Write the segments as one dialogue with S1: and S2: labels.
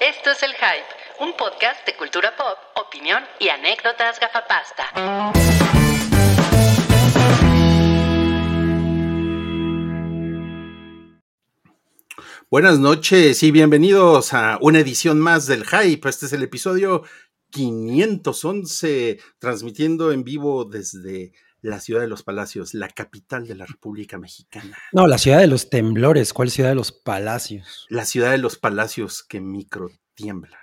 S1: Esto es El Hype, un podcast de cultura pop, opinión y anécdotas gafapasta.
S2: Buenas noches y bienvenidos a una edición más del Hype. Este es el episodio 511, transmitiendo en vivo desde la ciudad de los palacios, la capital de la República Mexicana.
S3: No, la ciudad de los temblores. ¿Cuál ciudad de los palacios?
S2: La ciudad de los palacios que micro tiembla.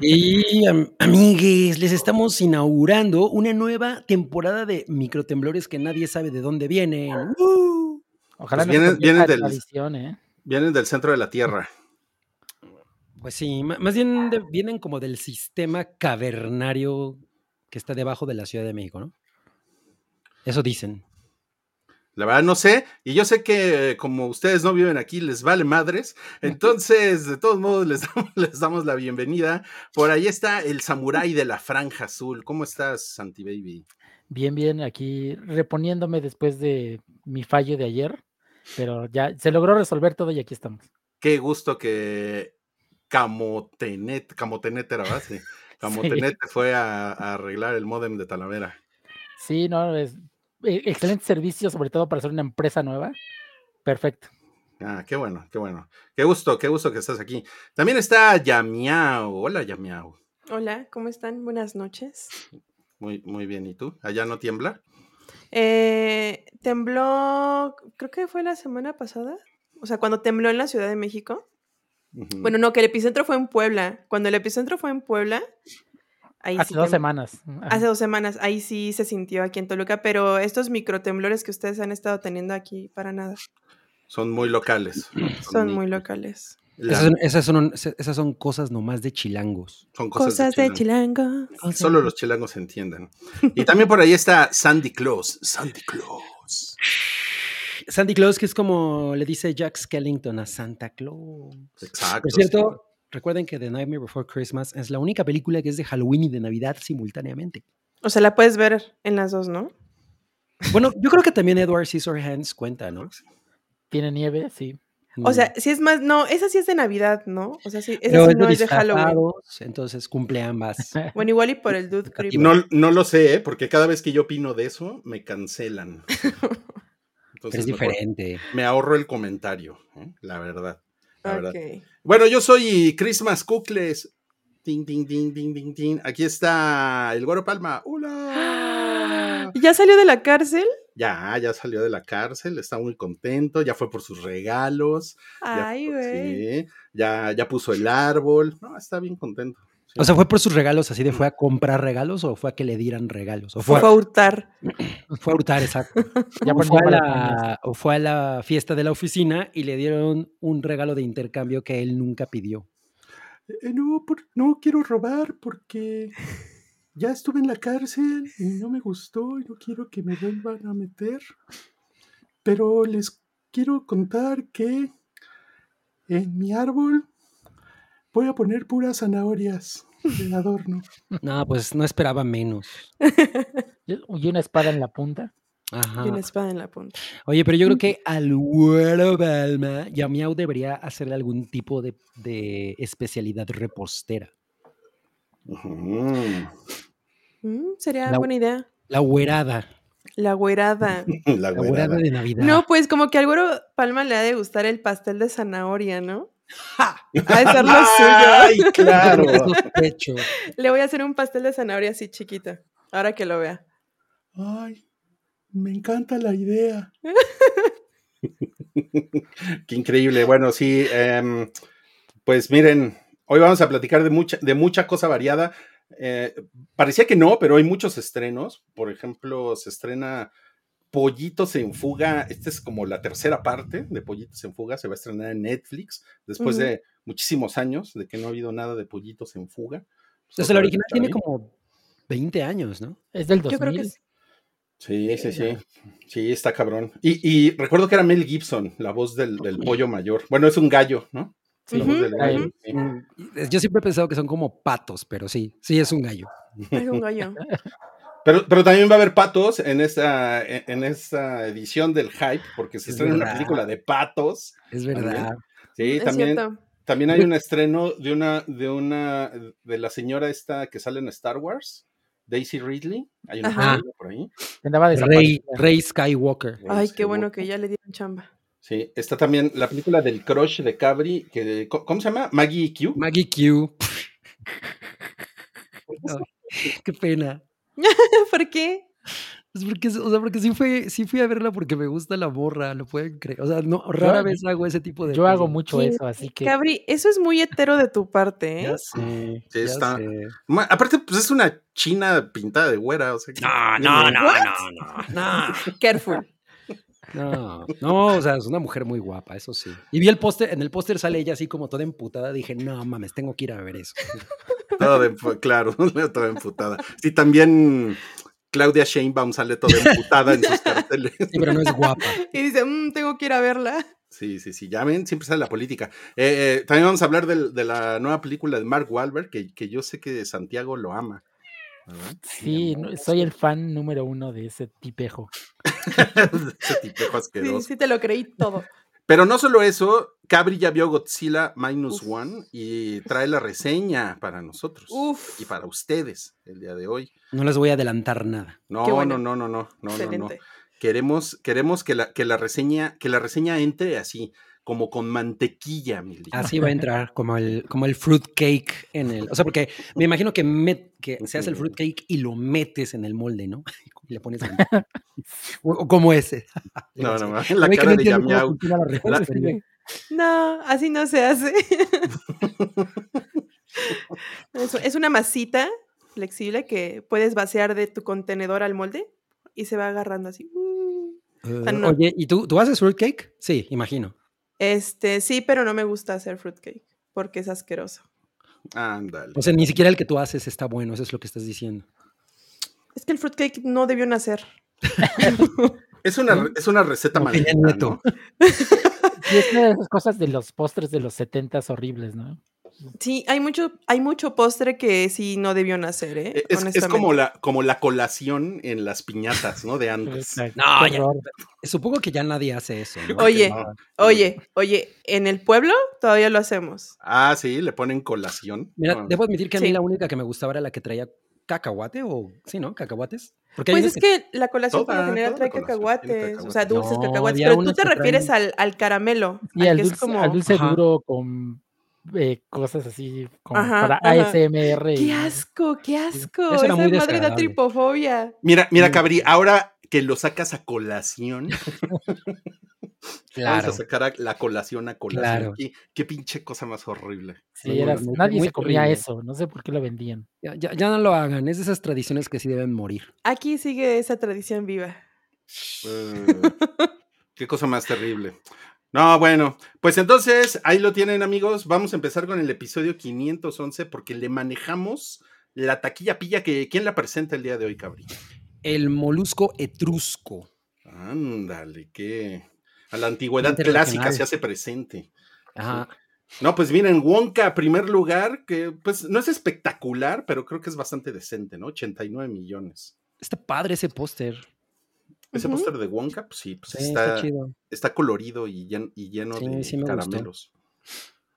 S3: Sí, am- amigues, les estamos inaugurando una nueva temporada de microtemblores que nadie sabe de dónde vienen. ¡Uh!
S4: Ojalá
S2: Pues
S4: no
S2: vienen-
S4: se pierda
S2: vienen
S4: la
S2: del-
S4: tradición, ¿eh?
S2: Vienen del centro de la Tierra.
S3: Pues sí, ma- más bien de- vienen como del sistema cavernario que está debajo de la Ciudad de México, ¿no? Eso dicen.
S2: La verdad no sé, y yo sé que eh, como ustedes no viven aquí, les vale madres, entonces de todos modos les damos, les damos la bienvenida. Por ahí está el samurái de la franja azul. ¿Cómo estás, Santi Baby?
S4: Bien, bien, aquí reponiéndome después de mi fallo de ayer, pero ya se logró resolver todo y aquí estamos.
S2: Qué gusto que Camotenet, Camotenet era base. Camotenet te fue a, a arreglar el módem de Talavera.
S4: Sí, no, es eh, excelente servicio, sobre todo para ser una empresa nueva. Perfecto.
S2: Ah, qué bueno, qué bueno. Qué gusto, qué gusto que estás aquí. También está Yamiao. Hola, Yamiao.
S5: Hola, ¿cómo están? Buenas noches.
S2: Muy, muy bien, ¿y tú? ¿Allá no tiembla?
S5: Eh, tembló, creo que fue la semana pasada, o sea, cuando tembló en la Ciudad de México.
S2: Ujú.
S5: Bueno, no, que el epicentro fue en Puebla. Cuando el epicentro fue en Puebla, ahí
S4: Hace
S5: sí
S4: dos
S5: tem-
S4: semanas. ajá.
S5: Hace dos semanas, ahí sí se sintió aquí en Toluca, pero estos microtemblores que ustedes han estado teniendo aquí, para nada,
S2: Son muy locales.
S5: son muy locales.
S2: La-
S3: Esas son, esas son- esas son cosas nomás de chilangos.
S2: son cosas,
S5: Cosas, de
S2: Chilango.
S5: chilango.
S2: Solo los chilangos entienden. Y también por ahí está Sandy Claus. Sandy Claus.
S3: Sandy Claus, que es como le dice Jack Skellington a Santa Claus.
S2: Exacto.
S3: Por cierto, recuerden que The Nightmare Before Christmas es la única película que es de Halloween y de Navidad simultáneamente.
S5: O sea, la puedes ver en las dos, ¿no?
S3: Bueno, yo creo que también Edward Scissorhands cuenta, ¿no?
S4: Tiene nieve, sí.
S5: O sea, si es más, no, esa sí es de Navidad, ¿no? O sea, sí, esa
S3: Pero
S5: sí
S3: es de
S5: no es de Halloween.
S3: disfrazados, Entonces cumple ambas.
S5: Bueno, igual y por el Dude Creep.
S2: Y no, no lo sé, ¿eh? porque cada vez que yo opino de eso, me cancelan.
S3: pero
S2: Entonces,
S3: es
S2: mejor
S3: diferente.
S2: me ahorro el comentario, ¿eh? la verdad. La verdad.
S5: Ok.
S2: Bueno, yo soy Christmas Cucles. Tin, tin, tin, tin, tin, tin. Aquí está el Goro Palma. ¡Hola!
S5: ¿Ya salió de la cárcel?
S2: Ya, ya salió de la cárcel, está muy contento, ya fue por sus regalos. ya
S5: Ay,
S2: fue-
S5: güey.
S2: sí, ya, ya puso el árbol. No, está bien contento. Sí. Mm.
S3: O sea, fue por sus regalos, así de fue a comprar regalos o fue a que le dieran regalos. O fue,
S5: Fue a hurtar.
S3: a- fue a hurtar, exacto.
S4: Ya
S3: o,
S4: por
S3: fue a
S4: número
S3: la, o fue a la fiesta de la oficina y le dieron un regalo de intercambio que él nunca pidió.
S2: Eh, no, por- no quiero robar porque ya estuve en la cárcel y no me gustó y no quiero que me vuelvan a meter. Pero les quiero contar que en mi árbol voy a poner puras zanahorias de adorno.
S3: No, pues no esperaba menos.
S4: Y una espada en la punta.
S3: Ajá.
S5: Y una espada en la punta.
S3: Oye, pero yo creo que al güero Balma, Yamiau debería hacerle algún tipo de, de especialidad repostera.
S5: Mm, sería
S3: La-
S5: buena idea.
S3: La güerada.
S5: La güerada.
S3: La güerada de Navidad.
S5: No, pues como que al güero Palma le ha de gustar el pastel de zanahoria, ¿no? Ha de ser lo suyo.
S2: ¡Ay, claro!
S3: Sospecho.
S5: Le voy a hacer un pastel de zanahoria así chiquito. Ahora que lo vea.
S2: ¡Ay! Me encanta la idea. Qué increíble. Bueno, sí, em, pues miren, hoy vamos a platicar de mucha, de mucha cosa variada. Eh, parecía que no, pero hay muchos estrenos. Por ejemplo, se estrena Pollitos en Fuga. Esta es como la tercera parte de Pollitos en Fuga. Se va a estrenar en Netflix después
S5: Ujú.
S2: de muchísimos años de que no ha habido nada de Pollitos en Fuga.
S3: O sea, la
S2: Otra vez
S3: original
S2: por ahí.
S3: tiene como 20 años, ¿no?
S4: Es del 2000.
S5: Yo creo que sí. Eh,
S2: Sí, sí, sí. Sí, está cabrón. Y, y recuerdo que era Mel Gibson, la voz del, del pollo mayor. Bueno, es un gallo, ¿no?
S5: Sí.
S2: La voz del
S4: Ujú.
S2: gallo. sí.
S3: Yo siempre he pensado que son como patos, pero sí, sí es un gallo.
S5: Es un gallo.
S2: Pero, pero también va a haber patos en esta, en, en esta edición del hype, porque se
S3: Es
S2: estrena una
S3: verdad. Ah,
S2: película de patos.
S3: Es verdad.
S2: Sí,
S5: es
S2: también
S5: cierto.
S2: También hay un estreno de una, de una, de la señora esta que sale en Star Wars, Daisy Ridley. Hay una
S5: Ajá.
S2: película por ahí.
S4: Andaba
S3: Pues Rey,
S4: desaparecida.
S3: Rey Skywalker.
S5: Ay,
S2: Este,
S5: qué bueno que ya le dieron chamba.
S2: Sí, está también la película del crush de Cabri, que, ¿cómo cómo se llama? Maggie Q.
S3: Maggie Q. Qué pena.
S5: ¿Por qué?
S3: Es Pues, porque, o sea, porque sí, fue, sí fui a verla porque me gusta la borra, lo pueden creer. O sea, no, rara
S4: Yo-
S3: vez hago ese tipo de
S4: Yo hago
S3: cosas.
S4: mucho
S5: ¿Quién
S4: eso, así que.
S5: Cabri, eso es muy hetero de tu parte, ¿eh?
S3: Ya sé,
S2: Sí,
S3: ya
S2: está.
S3: sé.
S2: Ma- Aparte, pues es una china pintada de güera. O sea, que-
S3: No, no, no,
S5: ¿What?
S3: no, no,
S5: Careful.
S3: no, no, o sea, es una mujer muy guapa, eso sí. Y vi el póster, en el póster sale ella así como toda emputada, dije, no mames, tengo que ir a ver eso.
S2: Toda empu- claro, toda emputada. Sí, también Claudia Sheinbaum sale toda emputada en sus carteles.
S3: Sí, pero no es guapa.
S5: Y dice, "Mm, tengo que ir a verla.
S2: Sí, sí, sí, ya ven, siempre sale la política. Eh, eh, también vamos a hablar del- de, la nueva película de Mark Wahlberg, que, que yo sé que Santiago lo ama. ¿verdad?
S4: Sí, no- soy el fan número uno de ese tipejo.
S2: Ese tipejo
S5: Sí,
S2: asqueroso.
S5: sí, te lo creí todo.
S2: Pero no solo eso, Cabri ya vio Godzilla Minus One y trae la reseña para nosotros
S5: Uf.
S2: y para ustedes el día de hoy.
S3: No les voy a adelantar nada.
S2: No,
S5: Qué bueno.
S2: no, no, no, no, no, no, no.
S5: Excelente.
S2: Queremos, queremos que, la, que, la reseña, que la reseña entre así, como con mantequilla, mi lindo.
S3: Así va a entrar como el, como el fruitcake en el. O sea, porque me imagino que, met- que se hace el fruitcake y lo metes en el molde, ¿no? Y le pones. mantequilla. O, o como ese.
S2: No, no,
S3: Sí.
S2: la
S3: Ve que
S2: cara de uh,
S3: no entiendo cómo
S2: Yamiau.
S3: funciona la referencia,
S4: La-
S3: güey.
S5: No, así no se hace. es, es una masita flexible que puedes vaciar de tu contenedor al molde y se va agarrando así. Mm. sea,
S3: Eh,
S5: no.
S3: Oye, ¿y tú, tú haces fruitcake? Sí, imagino.
S5: Este, sí, pero no me gusta hacer fruitcake porque es asqueroso.
S2: Ándale.
S3: O sea, ni siquiera el que tú haces está bueno, eso es lo que estás diciendo.
S5: Es que el fruitcake no debió nacer.
S2: Es una, es una receta
S3: Como Peña
S2: maldita,
S3: Nieto.
S2: ¿no?
S4: Y es una de esas cosas de los postres de los setentas horribles, ¿no?
S5: Sí, hay mucho, hay mucho postre que sí no debió nacer, ¿eh?
S2: E, Es, es
S5: Honestamente.
S2: como, la, como la colación en las piñatas, ¿no? De
S5: Pues,
S2: antes.
S4: Qué
S3: No, ya-
S4: horror.
S3: supongo que ya nadie hace eso. ¿no?
S5: Oye,
S2: No.
S5: oye, oye, en el pueblo todavía lo hacemos.
S2: Ah, sí, le ponen colación.
S3: Mira,
S2: No,
S3: debo admitir que a mí
S5: Sí.
S3: la única que me gustaba era la que traía cacahuate o, sí, ¿no? Cacahuates. Porque hay
S5: Pues
S3: unas
S5: es que la colación por
S2: Toda-
S5: lo general
S2: toda
S5: trae
S2: colación tiene
S5: cacahuates, o sea,
S2: cacahuates.
S5: dulces
S3: No,
S5: cacahuates,
S3: había
S5: pero tú
S3: unas
S5: te
S3: que
S5: refieres
S3: traen-
S5: al, al caramelo,
S4: Y
S5: al
S4: al
S5: que
S4: dulce,
S5: es como...
S4: al dulce
S3: Ajá.
S4: duro con eh, cosas así como
S5: Ajá,
S4: para
S5: ajá.
S4: ASMR. y-
S5: ¡Qué asco, qué asco!
S3: Eso
S5: Esa
S3: era muy
S5: madre da
S3: desagradable.
S5: tripofobia.
S2: Mira, mira, Cabri, ahora que lo sacas a colación, vamos
S3: Claro.
S2: a sacar a- la colación a colación.
S3: Claro.
S2: ¿Qué, qué pinche cosa más horrible.
S4: Sí, era-
S3: muy-
S4: nadie
S3: muy
S4: se comía
S3: horrible.
S4: eso, no sé por qué lo vendían.
S3: Ya, ya- ya no lo hagan, es de esas tradiciones que sí deben morir.
S5: Aquí sigue esa tradición viva.
S2: Eh, qué cosa más terrible. No, bueno, pues entonces ahí lo tienen, amigos. Vamos a empezar con el episodio 511 porque le manejamos la taquilla pilla que quién la presenta el día de hoy, Cabri.
S3: El molusco etrusco.
S2: Ándale, que a la antigüedad
S3: Internacional.
S2: clásica se hace presente.
S3: Ajá.
S2: No, pues miren, Wonka, primer lugar, que pues no es espectacular, pero creo que es bastante decente, ¿no? 89 millones.
S3: Está padre ese póster.
S2: Ese
S5: Ujú.
S2: póster de Wonka, pues sí, pues
S3: Sí,
S2: está,
S3: está chido.
S2: está colorido y llen- y lleno,
S3: Sí,
S2: de
S3: sí me gustó.
S2: caramelos.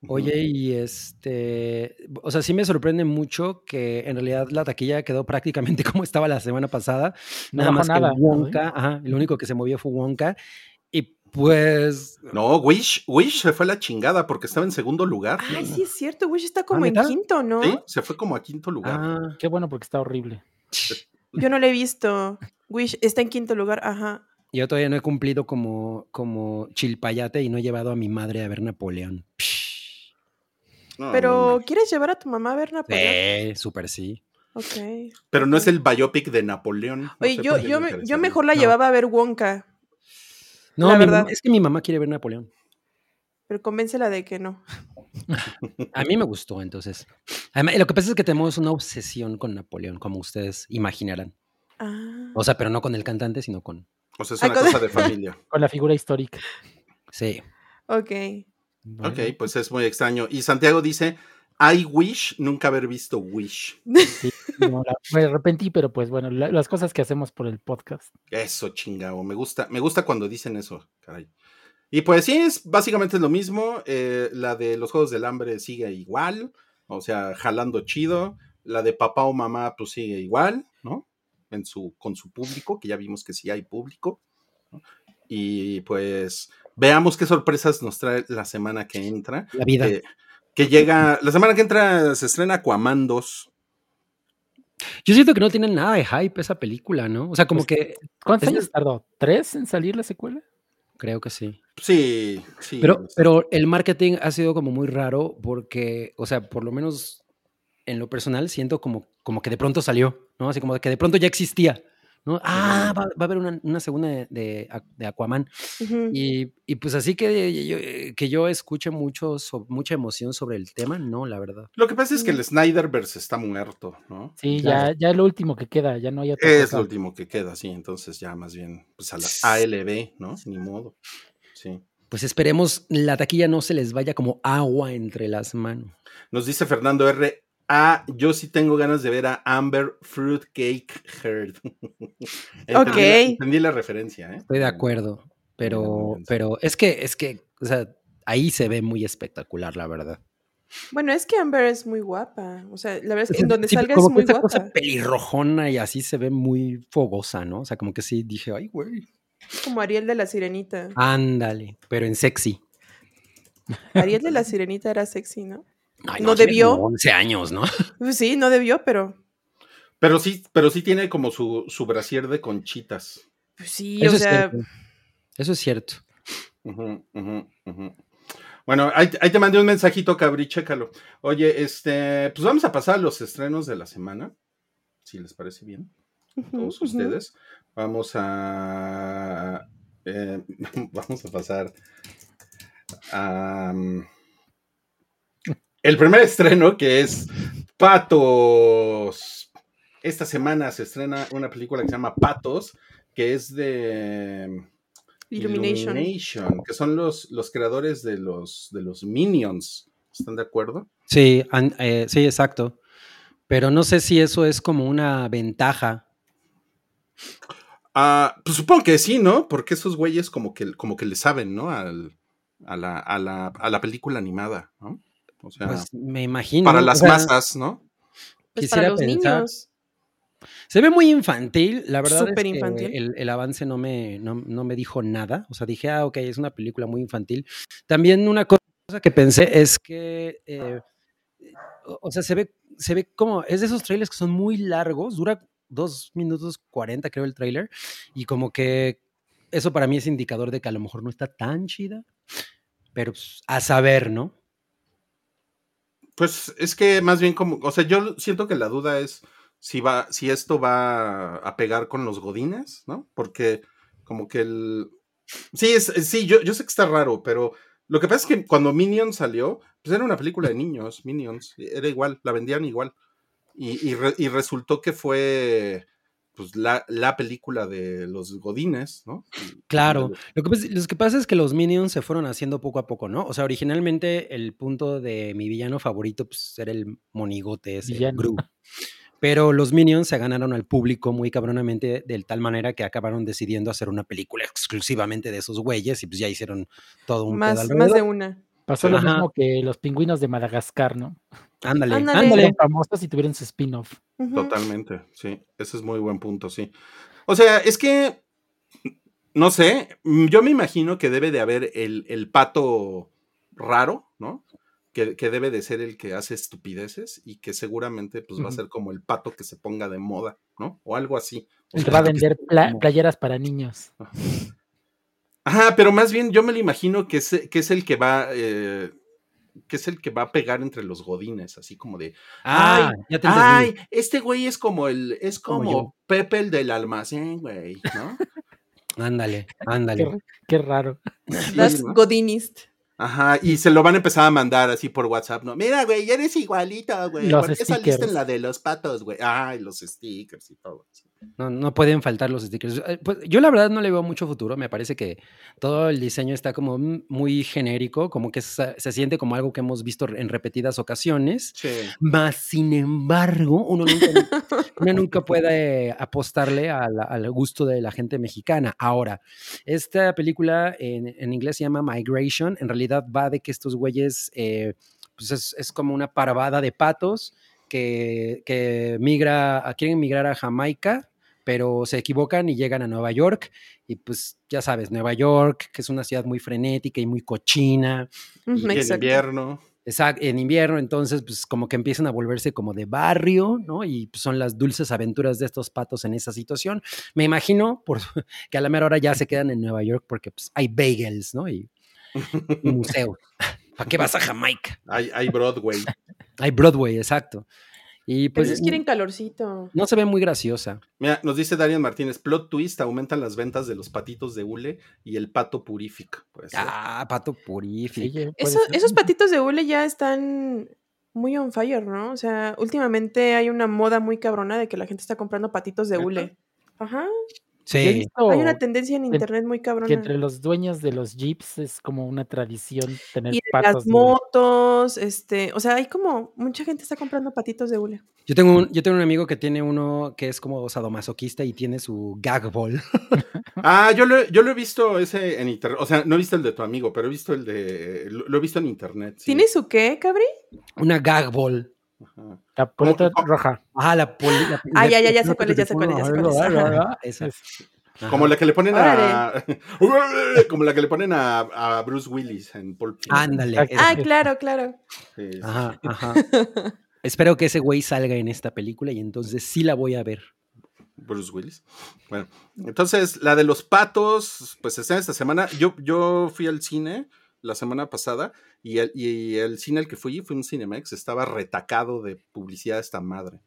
S2: Ujú.
S3: Oye, y este, o sea, sí me sorprende mucho que en realidad la taquilla quedó prácticamente como estaba la semana pasada,
S4: No
S3: nada
S4: bajó
S3: más
S4: nada,
S3: que
S4: ¿no?
S3: Wonka, ajá, lo único que se movió fue Wonka, y pues,
S2: No, Wish, Wish se fue a la chingada porque estaba en segundo lugar.
S5: Ay, sí es cierto, güey, está como en
S3: Ah, ¿neta?
S5: quinto, Ah, ¿no?
S2: Ah, Sí, se fue como a quinto lugar.
S3: ah,
S4: ¿Eh? Qué bueno porque está horrible.
S5: Yo no lo he visto. Wish está en quinto lugar, ajá.
S3: yo todavía no he cumplido como, como chilpayate y no he llevado a mi madre a ver Napoleón. Psh,
S2: No, no,
S5: Pero,
S2: no.
S5: ¿quieres llevar a tu mamá a ver Napoleón?
S3: Sí, súper sí.
S5: Ok.
S2: Pero no es el biopic de Napoleón. no
S5: Oye,
S2: sé
S5: yo,
S2: por qué le
S5: yo, me- yo
S2: interesaría.
S5: mejor la
S3: No.
S5: llevaba a ver Wonka,
S3: No,
S5: La
S3: mi
S5: verdad.
S3: mamá- es que mi mamá quiere ver Napoleón.
S5: pero convéncela de que no.
S3: A mí me gustó, entonces. Además, lo que pasa es que tenemos una obsesión con Napoleón, como ustedes imaginarán.
S5: Ah.
S3: O sea, pero no con el cantante, sino con...
S2: O sea, es
S5: Ay,
S2: una
S5: cosa-
S2: cosa de familia.
S4: Con la figura histórica.
S3: Sí.
S5: Ok.
S2: Ok, pues es muy extraño. Y Santiago dice, I wish nunca haber visto Wish.
S4: No, la- me arrepentí, pero pues bueno, la- las cosas que hacemos por el podcast.
S2: Eso, chingado. Me gusta, me gusta cuando dicen eso, caray. Y pues sí, es, básicamente es lo mismo. eh, la de los Juegos del Hambre sigue igual, o sea, jalando chido. La de papá o mamá, pues sigue igual, ¿no? En su, con su público, que ya vimos que sí hay público. ¿no? Y pues veamos qué sorpresas nos trae la semana que entra.
S3: La vida.
S2: Que, que llega, la semana que entra se estrena Aquaman 2.
S3: Yo siento que no tiene nada de hype esa película, ¿no? O sea, como que
S4: ¿Cuántos
S3: Es-
S4: años tardó? ¿Tres en salir la secuela?
S3: creo que sí.
S2: Sí, sí.
S3: Pero,
S2: sí.
S3: pero el marketing ha sido como muy raro porque, o sea, por lo menos en lo personal siento como, como que de pronto salió, ¿no? Así como que de pronto ya existía, ¿no? Ah, va, va a haber una, una segunda de, de Ac- de Aquaman.
S5: Ujú.
S3: Y, y pues así que yo, eh, que yo escuche mucho, so- mucha emoción sobre el tema, no, la verdad.
S2: Lo que pasa es que el Snyderverse está muerto, ¿no?
S4: Sí,
S3: Claro.
S4: ya, ya es lo último que queda, ya no hay otra
S2: Es
S4: cosa.
S2: lo último que queda, sí. Entonces ya más bien pues a la ALB, ¿no? Ni modo. Sí.
S3: Pues esperemos la taquilla no se les vaya como agua entre las manos.
S2: Nos dice Fernando R. Ah, yo sí tengo ganas de ver a Amber Fruitcake Heard. Entendí la-
S5: Ok.
S2: Entendí la referencia, ¿eh?
S3: Estoy de acuerdo, pero,
S2: bien, sí.
S3: pero es que, es que, o sea, ahí se ve muy espectacular, la verdad.
S5: Bueno, es que Amber es muy guapa. O sea, la verdad es que
S3: Sí,
S5: en donde
S3: sí,
S5: salga es
S3: como que
S5: muy
S3: esa
S5: guapa.
S3: cosa pelirrojona y así se ve muy fogosa, ¿no? O sea, como que sí dije, ay, güey.
S5: Como Ariel de la Sirenita.
S3: Ah, Ándale, pero en sexy.
S5: Ariel de la Sirenita era sexy, ¿no?
S3: Ay,
S5: No
S3: tiene
S5: debió.
S3: como 11 años, ¿no?
S5: Pues Sí, no debió, pero.
S2: Pero sí, pero sí tiene como su, su brasier de conchitas.
S5: Pues sí,
S3: Eso
S5: o
S3: es
S5: sea.
S3: cierto. Eso es cierto.
S2: Ujú, ujú, ujú. Bueno, ahí, ahí te mandé un mensajito, Cabri, chécalo. Oye, este, pues vamos a pasar a los estrenos de la semana, si les parece bien, a
S5: ujú,
S2: todos
S5: ujú.
S2: ustedes. Vamos a. eh, vamos a pasar a. mm, el primer estreno que es Patos. Esta semana se estrena una película que se llama Patos, que es de.
S5: Illumination.
S2: Illumination, que son los, los creadores de los, de los Minions. ¿Están de acuerdo?
S3: Sí, an- eh, sí, exacto. Pero no sé si eso es como una ventaja.
S2: Ah, pues supongo que sí, ¿no? Porque esos güeyes como que, como que le saben, ¿no? Al- a, la, a, la, a la película animada, ¿no? O sea,
S3: Pues me imagino.
S2: para
S3: o
S2: las
S3: sea,
S2: masas, ¿no?
S5: Pues
S3: Quisiera
S5: para los
S3: pensar-
S5: niños.
S3: Se ve muy infantil, la verdad. es
S5: Súper
S3: que
S5: infantil.
S3: El, el avance no me, no, no me dijo nada. O sea, dije, ah, ok, es una película muy infantil. También una co- cosa que pensé es que, eh, o o sea, se ve, se ve como, es de esos trailers que son muy largos, dura dos minutos 40 creo el trailer, y como que eso para mí es indicador de que a lo mejor no está tan chida, pero pues, a saber, ¿no?
S2: Pues es que más bien como, o sea, yo siento que la duda es si va, si esto va a pegar con los godines, ¿no? Porque como que el, sí es, eh, sí, yo, yo sé que está raro, pero lo que pasa es que cuando Minions salió, pues era una película de niños, Minions, era igual, la vendían igual y, y re- y resultó que fue, pues la, la película de los godines, ¿no?
S3: Claro, lo que, pasa, lo que pasa es que los Minions se fueron haciendo poco a poco, ¿no? O sea, originalmente el punto de mi villano favorito pues, era el monigote ese,
S4: Villano.
S3: Gru. Pero los Minions se ganaron al público muy cabronamente de tal manera que acabaron decidiendo hacer una película exclusivamente de esos güeyes y pues ya hicieron todo un pedo
S5: Más, más
S3: alrededor.
S5: de una.
S4: Pasó lo
S3: Ajá.
S4: mismo que los pingüinos de Madagascar, ¿no?
S3: Ándale,
S5: Ándale.
S3: ándale.
S4: Fueron famosos y tuvieron su spin-off.
S5: Ujú.
S2: Totalmente, sí. Ese es muy buen punto, sí. O sea, es que, no sé, mm, yo me imagino que debe de haber el, el pato raro, ¿no? Que, que debe de ser el que hace estupideces y que seguramente pues, va a
S4: Ujú.
S2: ser como el pato que se ponga de moda, ¿no? O algo así. O
S4: El que
S2: sea,
S4: va a vender pla-
S2: como-
S4: playeras para niños.
S2: Ajá, pero más bien yo me lo imagino que es, que es el que va... eh, que es el que va a pegar entre los godines, así como de,
S3: Ah, ya te entendí.
S2: Ay, este güey es como el, es
S4: Como
S2: como
S4: yo.
S2: Pepe el del almacén, güey, ¿no?
S3: Ándale,
S4: Qué,
S3: ándale.
S4: r- qué raro.
S2: Sí,
S5: That's
S2: ¿no?
S5: Godinist.
S2: Ajá, y se lo van a empezar a mandar así por WhatsApp, ¿no? Mira, güey, ya eres igualito, güey.
S4: Los
S2: ¿Por qué saliste
S4: stickers.
S2: en la de los patos, güey? Ay, los stickers y todo. sí.
S3: No, no pueden faltar los stickers. Eh, pues, yo la verdad no le veo mucho futuro. Me parece que todo el diseño está como mm, muy genérico, como que se, se siente como algo que hemos visto en repetidas ocasiones.
S2: Sí.
S3: Más sin embargo, uno nunca, uno nunca puede apostarle a la- al gusto de la gente mexicana. Ahora, esta película en, en inglés se llama Migration. En realidad va de que estos güeyes, eh, pues es, es como una parvada de patos que, que migra, a- quieren migrar a Jamaica, pero se equivocan y llegan a Nueva York. Y pues ya sabes, Nueva York, que es una ciudad muy frenética y muy cochina.
S2: Y
S5: Ujú,
S2: en
S5: exacto.
S2: invierno.
S3: Exacto, en invierno, entonces, pues como que empiezan a volverse como de barrio, ¿no? Y pues, son las dulces aventuras de estos patos en esa situación. Me imagino por, que a la mera hora ya se quedan en Nueva York porque pues, hay bagels, ¿no? Y, y museo. ¿Para qué vas a Jamaica?
S2: Hay, hay Broadway.
S3: Hay Broadway, exacto. Y
S5: Pero
S3: pues
S5: ellos quieren calorcito.
S3: no se ve muy graciosa.
S2: Mira, nos dice Darian Martínez, plot twist, aumentan las ventas de los patitos de hule y el pato purifica. Pues,
S3: Ah, pato
S4: Sí,
S3: purífico.
S4: eh, puede
S5: Eso-
S4: ser.
S5: esos patitos de hule ya están muy on fire, ¿no? O sea, últimamente hay una moda muy cabrona de que la gente está comprando patitos de
S2: ¿Neta?
S5: hule. Ajá.
S4: Yo he
S3: Sí.
S4: visto
S5: Hay una tendencia en
S4: en-
S5: internet muy
S4: que
S5: cabrona.
S4: entre los dueños de los jeeps es como una tradición tener
S5: Y en
S4: patos.
S5: las
S4: de hule.
S5: motos, este, o sea, hay como mucha gente está comprando patitos de hule.
S3: Yo tengo, un, yo tengo un amigo que tiene uno que es como sadomasoquista y tiene su gag ball.
S2: Ah, yo lo, yo lo he visto ese en internet. O sea, no he visto el de tu amigo, pero he visto el de. Lo, lo he visto en internet. sí.
S5: ¿Tiene su qué, cabri?
S3: Una gag ball.
S2: Ajá.
S4: La
S2: Como-
S4: pelota
S2: como-
S4: roja.
S3: Ah, la poli. la-
S5: Ah,
S3: la-
S5: ya, ya, ya sé cuál es, ya sé cuál es, ya sé cuál es.
S3: Ajá, esa.
S4: Es-
S3: Ajá.
S2: Como la que le ponen a. Como la que le ponen a, a Bruce Willis en Pulp Fiction.
S3: Ándale.
S4: Exacto.
S3: esa.
S5: Ah, claro, claro.
S2: Sí, sí.
S5: Ah,
S3: Ajá, ajá. Espero que ese güey salga en esta película y entonces sí la voy a ver.
S2: Bruce Willis. Bueno, entonces la de los patos, pues está esta semana. Yo, yo fui al cine la semana pasada y el, y el cine al que fui, fue un Cinemex, estaba retacado de publicidad de esta madre.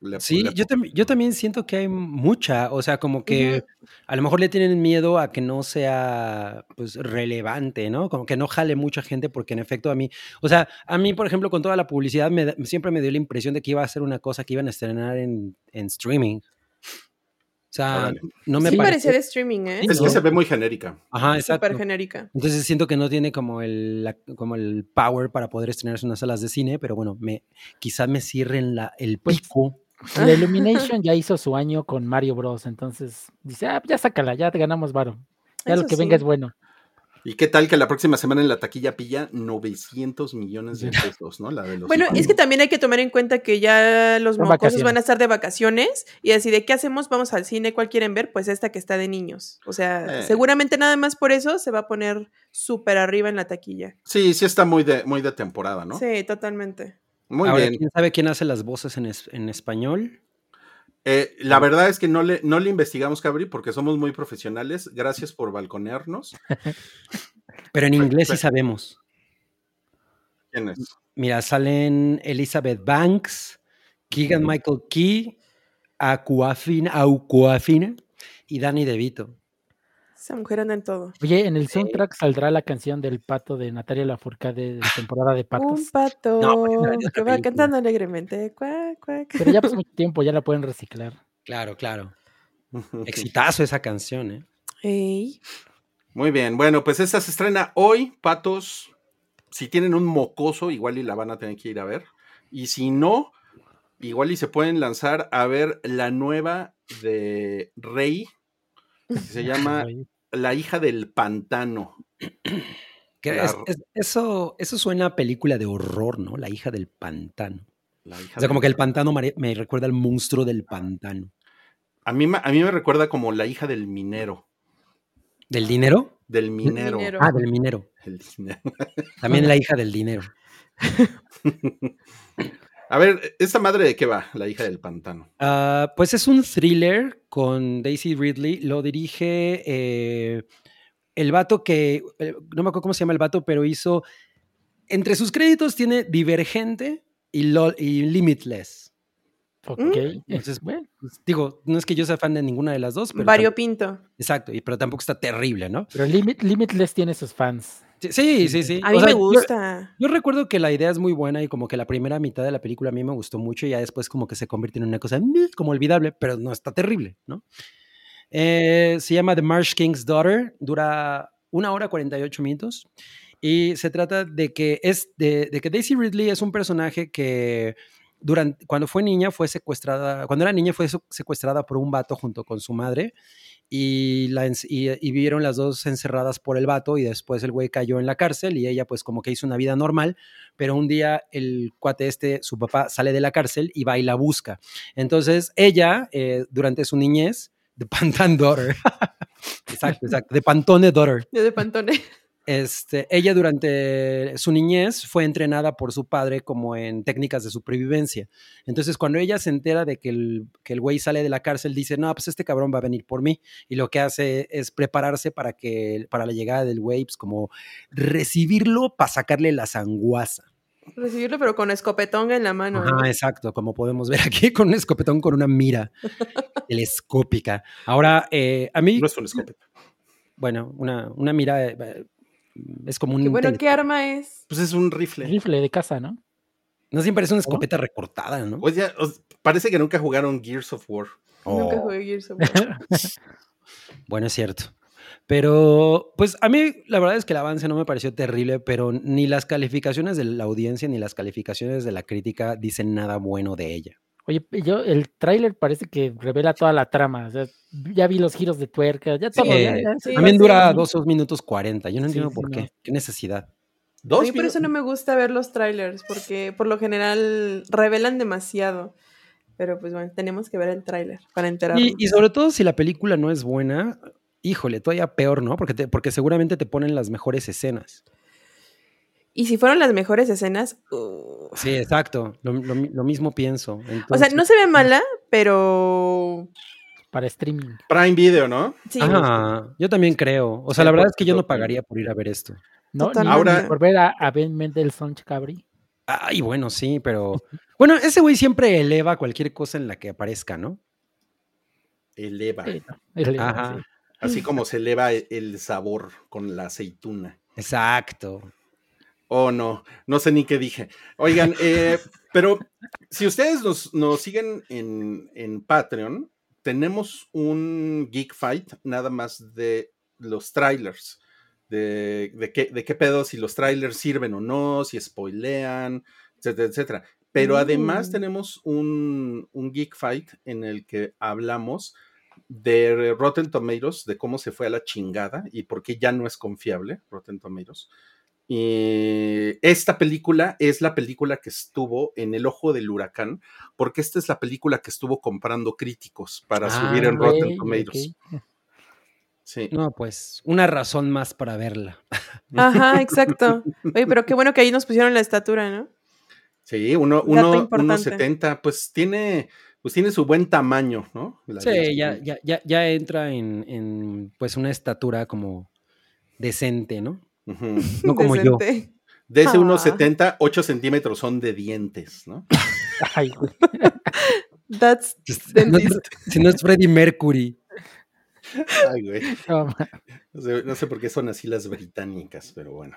S2: Le-
S3: Sí,
S2: le-
S3: yo, tam- yo también siento que hay mucha, o sea, como que a lo mejor le tienen miedo a que no sea pues relevante, ¿no? Como que no jale mucha gente porque en efecto a mí, o sea, a mí por ejemplo con toda la publicidad me da- siempre me dio la impresión de que iba a ser una cosa que iban a estrenar en, en streaming. O sea,
S2: Órale.
S3: no me
S5: sí
S3: parece
S5: parecía de streaming, ¿eh?
S3: Sí,
S2: es que
S3: ¿no?
S2: se ve muy genérica.
S3: Ajá,
S5: Súper
S3: exacto.
S5: genérica.
S3: Entonces siento que no tiene como el, la- como el power para poder estrenarse en unas salas de cine, pero bueno, me, quizá me cierren la, el
S4: Pues-
S3: pico.
S4: La Illumination ya hizo su año con Mario Bros. Entonces dice, ah, ya sácala, ya te ganamos varo. Ya lo
S5: Eso
S4: que venga es
S5: sí.
S4: bueno.
S2: ¿Y qué tal que la próxima semana en la taquilla pilla 900 millones de pesos, ¿no? La de los
S5: Bueno, es que
S2: patos.
S5: también hay que tomar en cuenta que ya los
S4: Son
S5: mocosos van
S4: vacaciones.
S5: a estar de vacaciones y así de qué hacemos, vamos al cine, ¿cuál quieren ver? Pues esta que está de niños. O sea,
S2: Eh.
S5: seguramente nada más por eso se va a poner súper arriba en la taquilla.
S2: Sí, sí está muy de, muy de temporada, ¿no?
S5: Sí, totalmente.
S2: Muy
S3: Ahora,
S2: bien.
S3: ¿quién sabe quién hace las voces en, es- en español?
S2: Eh, la verdad es que no le, no le investigamos, Cabri, porque somos muy profesionales. Gracias por balconearnos.
S3: Pero en inglés sí
S2: pues-
S3: sabemos.
S2: ¿Quién es?
S3: Mira, salen Elizabeth Banks, Keegan Michael Key, Aquafina, Aquafina y Danny DeVito.
S5: Esa mujer anda en todo.
S4: Oye, en el soundtrack saldrá la canción del pato de Natalia Lafourcade de temporada de
S5: Un
S4: patos.
S5: pato
S3: No, pero es una- es otra
S5: que va
S3: película.
S5: cantando alegremente. Cuac, cuac.
S4: Pero ya pasó mucho tiempo, ya la pueden reciclar.
S3: Claro, claro. Exitazo esa canción, ¿eh?
S5: Ey.
S2: Muy bien, bueno, pues esta se estrena hoy, patos. Si tienen un mocoso, igual y la van a tener que ir a ver. Y si no, igual y se pueden lanzar a ver la nueva de Rey, que se llama
S5: Mm.
S4: Ahí.
S2: La hija del pantano.
S3: Que
S2: La-
S3: es- es- eso, eso suena a película de horror, ¿no? La hija del pantano.
S2: La hija
S3: O sea, como
S2: del-
S3: que el pantano mare- me recuerda al monstruo del pantano.
S2: a, mí, me- a mí me recuerda como la hija del minero.
S3: ¿Del dinero?
S2: Del minero.
S5: minero.
S3: Ah, del minero.
S2: El dinero.
S3: También la hija del dinero.
S2: A ver, ¿esta madre de qué va? La hija del pantano.
S3: Ah, pues es un thriller con Daisy Ridley. Lo dirige eh, el vato que, eh, no me acuerdo cómo se llama el vato, pero hizo, entre sus créditos tiene Divergente y, Lol- y Limitless.
S4: Ok.
S3: Entonces,
S4: bueno,
S3: Pues, digo, no es que yo sea fan de ninguna de las dos, pero... tam-
S5: Variopinto.
S3: Exacto, y, pero tampoco está terrible, ¿no?
S4: pero Limit- Limitless tiene sus fans.
S3: Sí, sí, sí.
S5: A mí
S3: O sea,
S5: me
S3: yo-
S5: gusta.
S3: Yo recuerdo que la idea es muy buena y como que la primera mitad de la película a mí me gustó mucho y ya después como que se convierte en una cosa meh, como olvidable, pero no está terrible, ¿no? Eh, se llama The Marsh King's Daughter, dura una hora 48 minutos y se trata de que, es de, de que Daisy Ridley es un personaje que durante, cuando fue niña fue secuestrada, cuando era niña fue su- secuestrada por un vato junto con su madre y, la, ens- y, y vivieron las dos encerradas por el vato y después el güey cayó en la cárcel y ella pues como que hizo una vida normal, pero un día el cuate este, su papá sale de la cárcel y va y la busca. Entonces ella eh, durante su niñez, The Pantan Daughter, exacto, exacto, The Pantone Daughter,
S5: Yo de Pantone.
S3: este, ella durante su niñez fue entrenada por su padre como en técnicas de supervivencia. Entonces, cuando ella se entera de que el, que el güey sale de la cárcel, dice, no, pues este cabrón va a venir por mí. Y lo que hace es prepararse para, que, para la llegada del güey, pues como recibirlo para sacarle la sanguaza.
S5: Recibirlo, pero con escopetón en la mano.
S3: Ajá,
S5: ¿no?
S3: exacto, como podemos ver aquí con un escopetón, con una mira telescópica. Ahora, eh, a mí,
S2: No es un escopeta.
S3: bueno, una, una mira eh, eh, es como un...
S5: Qué bueno,
S3: tele-
S5: ¿qué arma es?
S2: Pues es un rifle.
S4: Rifle de casa, ¿no?
S3: No siempre es una escopeta recortada, ¿no?
S2: Oye, os- parece que nunca jugaron Gears of War.
S5: Nunca
S3: Oh.
S5: jugué Gears of War.
S3: Bueno, es cierto. Pero, pues a mí la verdad es que el avance no me pareció terrible, pero ni las calificaciones de la audiencia ni las calificaciones de la crítica dicen nada bueno de ella.
S4: Oye, yo, el tráiler parece que revela toda la trama. o sea, ya vi los giros de tuerca, ya todo. ya-
S3: Eh,
S4: ya-
S5: sí,
S3: también
S5: sí,
S3: dura
S5: sí.
S3: dos dos minutos 40. Yo no
S4: Sí,
S3: entiendo
S4: sí,
S3: por qué.
S4: no.
S3: ¿Qué necesidad?
S5: A
S2: Dos
S5: mí por eso no
S2: minu-
S5: me gusta ver los trailers, porque por lo general revelan demasiado. Pero pues bueno, tenemos que ver el tráiler para enterarnos.
S3: Y, y sobre todo si la película no es buena, híjole, todavía peor, ¿no? Porque, te- porque seguramente te ponen las mejores escenas.
S5: Y si fueron las mejores escenas, uh,
S3: Sí, exacto. Lo, lo mi- lo mismo pienso.
S5: o sea,
S3: Entonces-
S5: no se ve mala, pero
S4: Para streaming.
S2: Prime Video, ¿no?
S5: sí.
S3: Ajá, yo también creo. O sea, la verdad es que yo no pagaría por ir a ver esto.
S4: ¿no? Ni-
S5: Totalmente.
S2: Ahora-
S4: ni por ver a, a Ben Mendelssohn Cabri.
S3: Ay, bueno, sí, pero. Bueno, ese güey siempre eleva cualquier cosa en la que aparezca, ¿no?
S2: Eleva.
S3: Ajá.
S2: Así como se eleva e- el sabor con la aceituna.
S3: Exacto.
S2: Oh, no, no sé ni qué dije. Oigan, eh, pero si ustedes nos, nos siguen en, en Patreon, tenemos un Geek Fight nada más de los trailers. De, de qué, de qué pedo, si los trailers sirven o no, si spoilean, etcétera, etcétera. Pero además
S5: Mm.
S2: tenemos un, un Geek Fight en el que hablamos de Rotten Tomatoes, de cómo se fue a la chingada y por qué ya no es confiable Rotten Tomatoes. Eh, esta película es la película que estuvo en el ojo del huracán, porque esta es la película que estuvo comprando críticos para subir en
S3: Ah,
S2: Rotten
S4: Ok,
S2: Tomatoes.
S4: ok.
S2: Sí.
S3: No, pues, una razón más para verla.
S5: Ajá, exacto. Oye, pero qué bueno que ahí nos pusieron la estatura, ¿no?
S2: Sí, uno,
S5: Dato
S2: uno, uno
S5: importante.
S2: 70, pues tiene, pues tiene su buen tamaño, ¿no? La
S3: Sí,
S2: de-
S3: ya, ya, ya, ya entra en, en, pues una estatura como decente, ¿no?
S2: Ujú.
S3: No como yo.
S5: Decente.
S2: De ese
S5: Ah.
S2: 1,70, 8 centímetros son de dientes, ¿no?
S4: Ay, güey.
S5: That's
S3: Si no es- si no es Freddie Mercury.
S2: Ay, güey.
S4: No, ma-
S2: No sé, no sé por qué son así las británicas, pero bueno.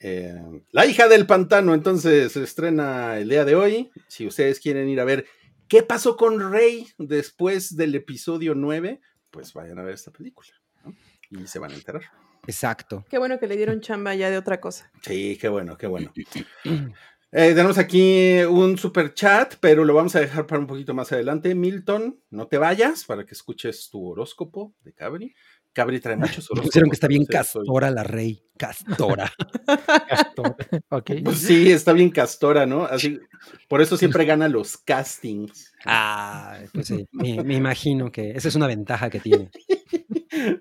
S2: Eh, la hija del pantano, entonces, se estrena el día de hoy. Si ustedes quieren ir a ver qué pasó con Rey después del episodio 9, pues vayan a ver esta película. ¿no? Y se van a enterar.
S3: Exacto.
S5: Qué bueno que le dieron chamba ya de otra cosa.
S2: Sí, qué bueno, qué bueno. Eh, tenemos aquí un super chat, pero lo vamos a dejar para un poquito más adelante. Milton, no te vayas para que escuches tu horóscopo de Cabri. Cabri trae muchos
S3: Me
S2: horóscopos.
S3: pusieron que está bien
S2: entonces hoy-
S3: castora la rey. Castora.
S4: Gastón. Ok.
S2: Pues sí, está bien castora, ¿no? Así, por eso siempre gana los castings.
S3: Ah, pues sí. Me, me imagino que esa es una ventaja que tiene.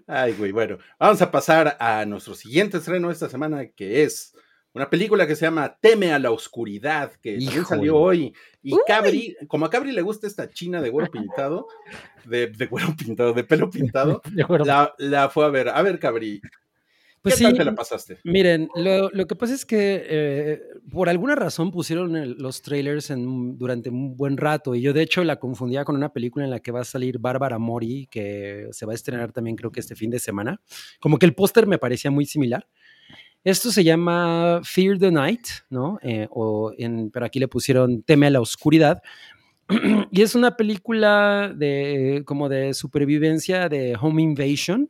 S2: Ay, güey, bueno, vamos a pasar a nuestro siguiente estreno esta semana, que es una película que se llama Teme a la Oscuridad, que también
S3: Híjole.
S2: salió hoy. Y Cabri, como a Cabri le gusta esta china de güero pintado, de, de güero pintado, de pelo pintado,
S4: De acuerdo.
S2: la, la fue a ver. A ver, Cabri, ¿qué
S3: Pues sí,
S2: tal te la pasaste?
S3: Miren, lo, lo que pasa es que eh, por alguna razón pusieron el- los trailers en un- durante un buen rato y yo de hecho la confundía con una película en la que va a salir Bárbara Mori, que se va a estrenar también creo que este fin de semana. Como que el póster me parecía muy similar. Esto se llama Fear the Night, ¿no? Eh, o en, pero aquí le pusieron Teme a la Oscuridad. y es una película de, como de supervivencia de Home Invasion,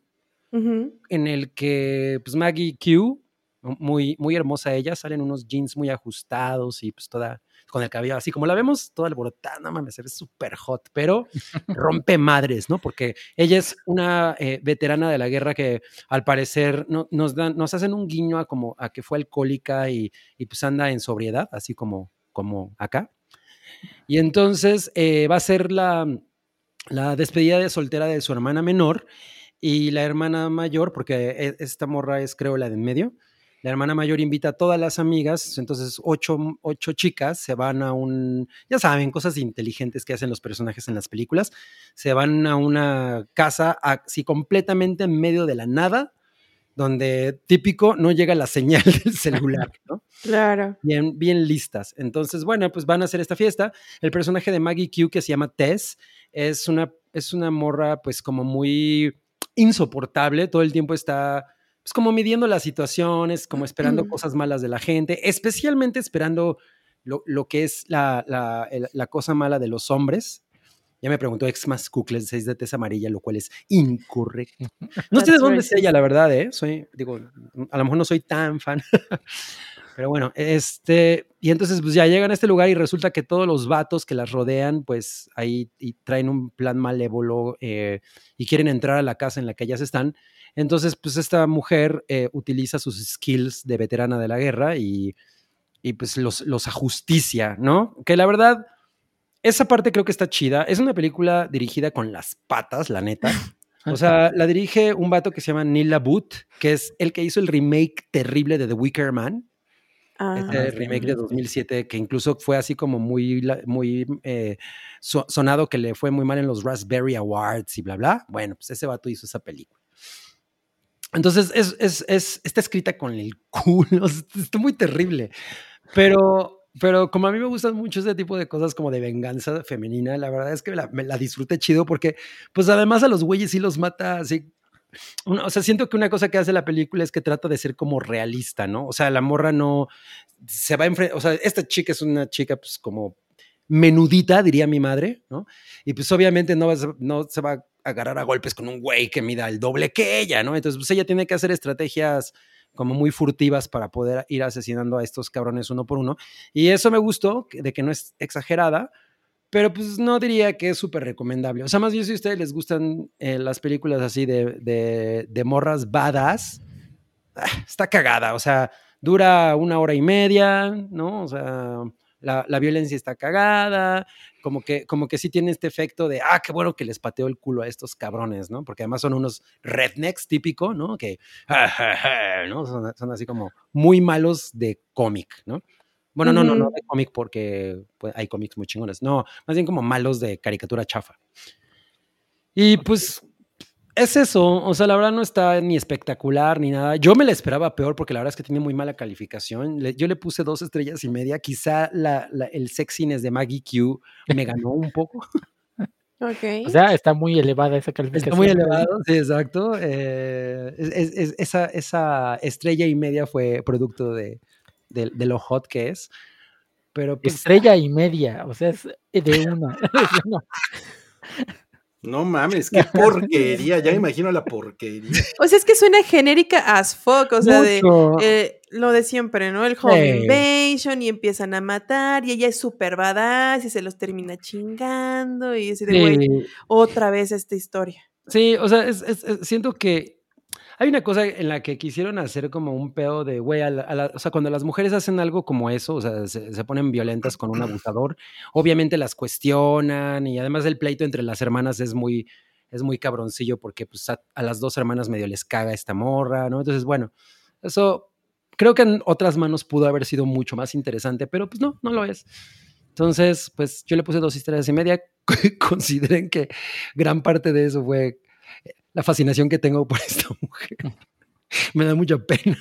S5: Ujú.
S3: en el que pues, Maggie Q, muy, muy hermosa ella, salen unos jeans muy ajustados y pues toda con el cabello así como la vemos, toda alborotada, no mames, es súper hot, pero rompe madres, ¿no? Porque ella es una eh, veterana de la guerra que al parecer no- nos, dan, nos hacen un guiño a como a que fue alcohólica y, y, pues anda en sobriedad, así como, como acá. Y entonces eh, va a ser la, la despedida de soltera de su hermana menor y la hermana mayor, porque e- esta morra es creo la de en medio, la hermana mayor invita a todas las amigas, entonces ocho, ocho chicas se van a un, ya saben, cosas inteligentes que hacen los personajes en las películas, se van a una casa así completamente en medio de la nada, donde típico no llega la señal del celular, ¿no?
S5: Claro.
S3: bien, bien listas. Entonces, bueno, pues van a hacer esta fiesta. El personaje de Maggie Q, que se llama Tess, es una, es una morra, pues, como muy insoportable. Todo el tiempo está, pues, como midiendo las situaciones, como esperando cosas malas de la gente, especialmente esperando lo, lo que es la, la- el- la cosa mala de los hombres. Ya me preguntó ex más cucles, 6 de tez amarilla, lo cual es incorrecto. No sé de
S5: That's
S3: dónde
S5: right.
S3: es ella, la verdad, ¿eh? Soy, digo, a lo mejor no soy tan fan. Pero bueno, este, y entonces pues ya llegan a este lugar y resulta que todos los vatos que las rodean, pues ahí y traen un plan malévolo eh, y quieren entrar a la casa en la que ellas están. Entonces, pues esta mujer eh, utiliza sus skills de veterana de la guerra y, y, pues los, los ajusticia, ¿no? Que la verdad, esa parte creo que está chida. Es una película dirigida con las patas, la neta. O sea, la dirige un vato que se llama Neil Labut, que es el que hizo el remake terrible de The Wicker Man
S5: Ah,
S3: este
S4: sí,
S3: remake de
S4: también, sí.
S3: 2007 que incluso fue así como muy, la- muy eh, so- sonado que le fue muy mal en los Raspberry Awards y bla, bla. Bueno, pues ese vato hizo esa película. Entonces, es, es- es- está escrita con el culo, está muy terrible. Pero, pero como a mí me gustan mucho este tipo de cosas como de venganza femenina, la verdad es que la- me la disfruté chido porque, pues además a los güeyes sí los mata así una- o sea, siento que una cosa que hace la película es que trata de ser como realista, ¿no? O sea, la morra no se va a enfrentar, o sea, esta chica es una chica pues como menudita, diría mi madre, ¿no? Y pues obviamente no, vas a- no se va a agarrar a golpes con un güey que mida el doble que ella, ¿no? Entonces, pues ella tiene que hacer estrategias como muy furtivas para poder ir asesinando a estos cabrones uno por uno. Y eso me gustó, que- de que no es exagerada, pero pues no diría que es súper recomendable. O sea, más bien si a ustedes les gustan eh, las películas así de, de, de morras badas, está cagada. O sea, dura una hora y media, ¿no? O sea, la, la violencia está cagada, como que, como que sí tiene este efecto de, ah, qué bueno que les pateó el culo a estos cabrones, ¿no? Porque además son unos rednecks típico, ¿no? Que, "Ja, ja, ja", ¿no? Son, son así como muy malos de cómic, ¿no? Bueno, no, no, no
S5: Ujú.
S3: de cómic porque pues, hay cómics muy chingones. No, más bien como malos de caricatura chafa. Y pues es eso, o sea, la verdad no está ni espectacular ni nada. Yo me la esperaba peor porque la verdad es que tiene muy mala calificación. Le- yo le puse dos estrellas y media. Quizá la- la- el sexiness de Maggie Q me ganó un poco.
S5: ok.
S4: O sea, está muy elevada esa calificación.
S3: Está muy elevado, sí, exacto. Eh, es- es- es- esa, esa estrella y media fue producto de, de- de lo hot que es. Pero pues,
S4: Estrella y media, o sea, es de una. Es una.
S2: No mames, qué porquería. Ya me imagino la porquería.
S5: O sea, es que suena genérica as fuck, o sea, de
S3: mucho.
S5: eh, lo de siempre, ¿no? El
S3: Sí.
S5: home invasion y empiezan a matar y ella es súper badass y se los termina chingando y así de, güey,
S3: Sí.
S5: otra vez esta historia.
S3: Sí, o sea, es- es- es- siento que hay una cosa en la que quisieron hacer como un pedo de, güey, a la- a la- o sea, cuando las mujeres hacen algo como eso, o sea, se, se ponen violentas con un abusador, obviamente las cuestionan y además el pleito entre las hermanas es muy, es muy cabroncillo porque pues a, a las dos hermanas medio les caga esta morra, ¿no? Entonces, bueno, eso creo que en otras manos pudo haber sido mucho más interesante, pero pues no, no lo es. Entonces, pues yo le puse dos estrellas y media. Consideren que gran parte de eso fue eh, la fascinación que tengo por esta mujer. Me da mucha pena.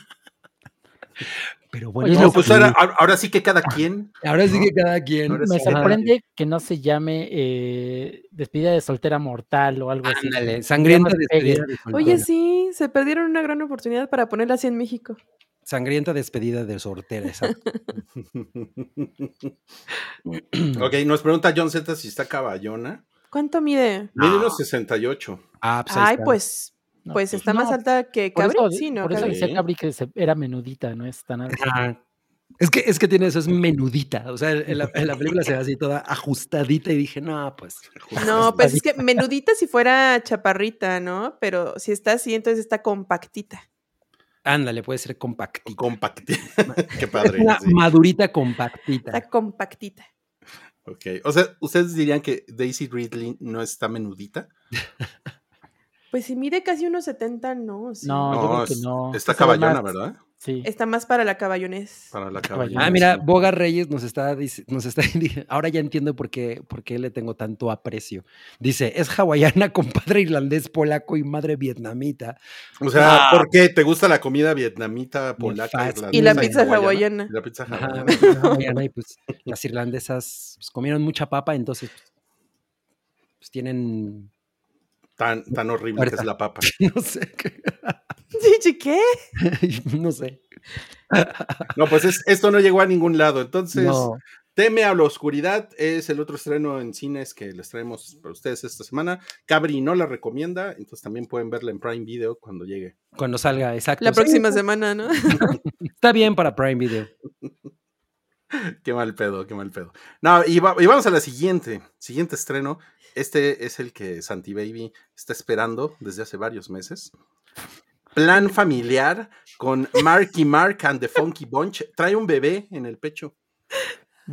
S3: Pero bueno,
S4: Oye,
S3: es
S2: No,
S3: lo
S2: pues
S3: que-
S2: ahora, ahora- ahora sí que cada quien.
S3: ahora sí
S2: ¿no?
S3: que cada quien.
S2: Ahora
S4: Me
S2: sí que-
S3: Ajá.
S4: sorprende que no se llame eh, despedida de soltera mortal o algo así.
S3: Ándale,
S4: Que nada
S3: sangrienta
S4: más pegue.
S3: despedida de soltero.
S5: Oye, sí, se perdieron una gran oportunidad para ponerla así en México.
S3: Sangrienta despedida del sortero, exacto.
S2: Ok, nos pregunta John Z si está caballona.
S5: ¿Cuánto mide?
S2: Mide unos 68.
S3: Ah, pues ahí
S5: Ay,
S3: está.
S5: pues,
S4: No,
S5: pues está más
S4: no,
S5: alta que
S4: Por
S5: Cabri.
S4: eso,
S5: sí, ¿no?
S4: por eso
S5: Cabri?
S4: decía
S2: Sí.
S4: Cabri que se- era menudita, no es tan alta.
S3: Ajá. Ah. Es que, es que tiene eso, es menudita. O sea, en la, en la película se ve así toda ajustadita y dije, no, pues.
S5: No, pues es que menudita si fuera chaparrita, ¿no? Pero si está así, entonces está compactita.
S3: Ándale, puede ser compactita.
S2: Compacti. Qué padre.
S3: Una
S2: sí.
S3: madurita compactita.
S5: Está compactita.
S2: Ok. O sea, ¿ustedes dirían que Daisy Ridley no está menudita?
S5: Pues si mide casi unos 70, no. sí.
S4: No, yo creo que
S2: es-
S4: no.
S2: Está
S4: Se ve
S2: caballona,
S4: más-
S2: ¿verdad?
S4: Sí.
S5: Está más para la caballones.
S2: Para la
S4: Caballona.
S2: caballona.
S3: Ah, mira,
S2: sí.
S3: Boga Reyes nos está, dic- nos está di- ahora ya entiendo por qué, por qué le tengo tanto aprecio. Dice, es hawaiana con padre irlandés, polaco y madre vietnamita.
S2: O sea,
S3: Ah.
S2: ¿por qué? ¿Te gusta la comida vietnamita, polaca,
S3: fascina.
S2: irlandesa
S5: Y la pizza
S2: Y
S5: hawaiana.
S2: la pizza
S3: Ajá,
S2: hawaiana.
S3: hawaiana, y pues las irlandesas pues, comieron mucha papa, entonces pues, pues, tienen,
S2: Tan, tan horrible que
S3: Ahorita.
S2: es la papa.
S3: no sé, qué-
S5: Sí, chiqué.
S4: Pues
S3: no sé.
S2: No, pues es- esto no llegó a ningún lado. Entonces,
S3: No.
S2: Teme a la oscuridad es el otro estreno en cines que les traemos para ustedes esta semana. Cabri no la recomienda, entonces también pueden verla en Prime Video cuando llegue.
S3: Cuando salga, exacto.
S5: La
S3: Sí,
S5: próxima
S4: pues.
S5: semana, ¿no?
S3: Está bien para Prime Video.
S2: Qué mal pedo, qué mal pedo. No, y, va- y vamos a la siguiente, siguiente estreno. Este es el que Santi Baby está esperando desde hace varios meses. Plan familiar con Marky Mark and the Funky Bunch. Trae un bebé en el pecho,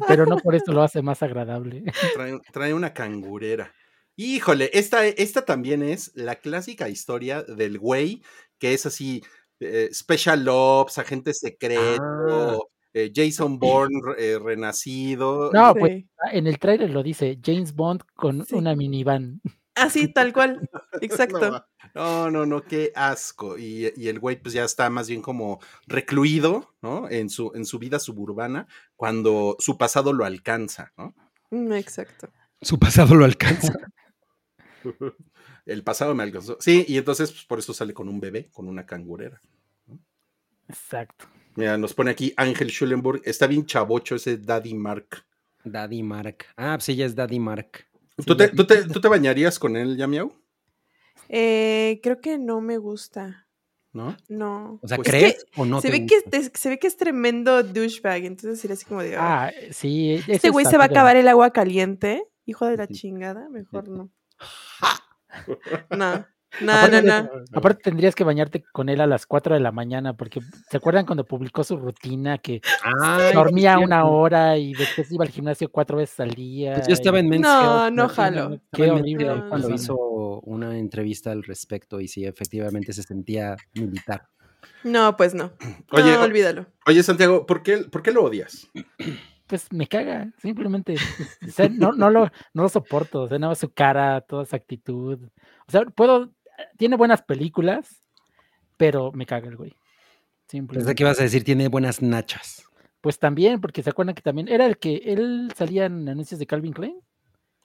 S4: Pero no por eso lo hace más agradable.
S2: trae, trae una cangurera. Híjole, esta, esta también es la clásica historia del güey que es así, eh, Special Ops, agente secreto, eh, Jason Bourne re- eh, renacido.
S4: No, pues
S5: Sí.
S4: en el tráiler lo dice James Bond con
S5: Sí.
S4: una minivan.
S5: Así, Ah, tal cual.
S2: No,
S5: Exacto.
S2: ma- No, no, no, qué asco. Y, y el güey pues ya está más bien como recluido, ¿no? En su, en su vida suburbana cuando su pasado lo alcanza, ¿no?
S5: Mm, Exacto.
S3: Su pasado lo alcanza.
S2: El pasado me alcanzó. Sí, y entonces pues, por eso sale con un bebé, con una cangurera.
S4: Exacto.
S2: Mira, nos pone aquí Ángel Schulenburg. Está bien chavocho ese Daddy Mark.
S3: Daddy Mark. Ah, pues ella es Daddy Mark.
S2: ¿Tú, te, tú te- tú te bañarías con él, ya miau?
S5: Eh, creo que no me gusta.
S2: ¿No?
S5: No.
S3: O sea,
S2: Pues
S5: es
S3: ¿crees o no?
S5: se,
S3: te
S5: ve que, es- se ve que es tremendo douchebag, entonces sería así como de... "Ah,
S4: Ah, sí. ese
S5: este güey se va a
S4: estatuto.
S5: acabar el agua caliente. Hijo de la chingada, mejor no. No, no, no,
S4: Aparte de-
S5: no.
S4: Aparte tendrías que bañarte con él a las 4 de la mañana, porque ¿se acuerdan cuando publicó su rutina que
S3: Ay, pues,
S4: dormía
S3: sí,
S4: una
S3: cierto.
S4: hora y después iba al gimnasio cuatro veces al día?
S3: Pues yo estaba
S4: y-
S3: en Men's
S5: No,
S3: Health,
S5: Ah, no
S3: estaba en-
S5: jalo. Ah.
S3: estaba
S4: Qué
S3: en
S4: horrible,
S3: Men's Health cuando
S5: no.
S3: hizo una entrevista al respecto y sí, efectivamente se sentía militar.
S5: No, pues no.
S2: Oye,
S5: no,
S2: o-
S5: olvídalo.
S2: oye, Santiago, ¿por qué, ¿por qué lo odias?
S4: Pues me caga, simplemente. o sea, no, no, lo, no lo soporto, o sea, nada más su cara, toda su actitud. O sea, puedo, tiene buenas películas, pero me caga el güey.
S3: Pensé
S4: Simplemente.
S3: que ibas a decir, tiene buenas nachas.
S4: Pues también, porque se acuerdan que también era el que él salía en anuncios de Calvin Klein.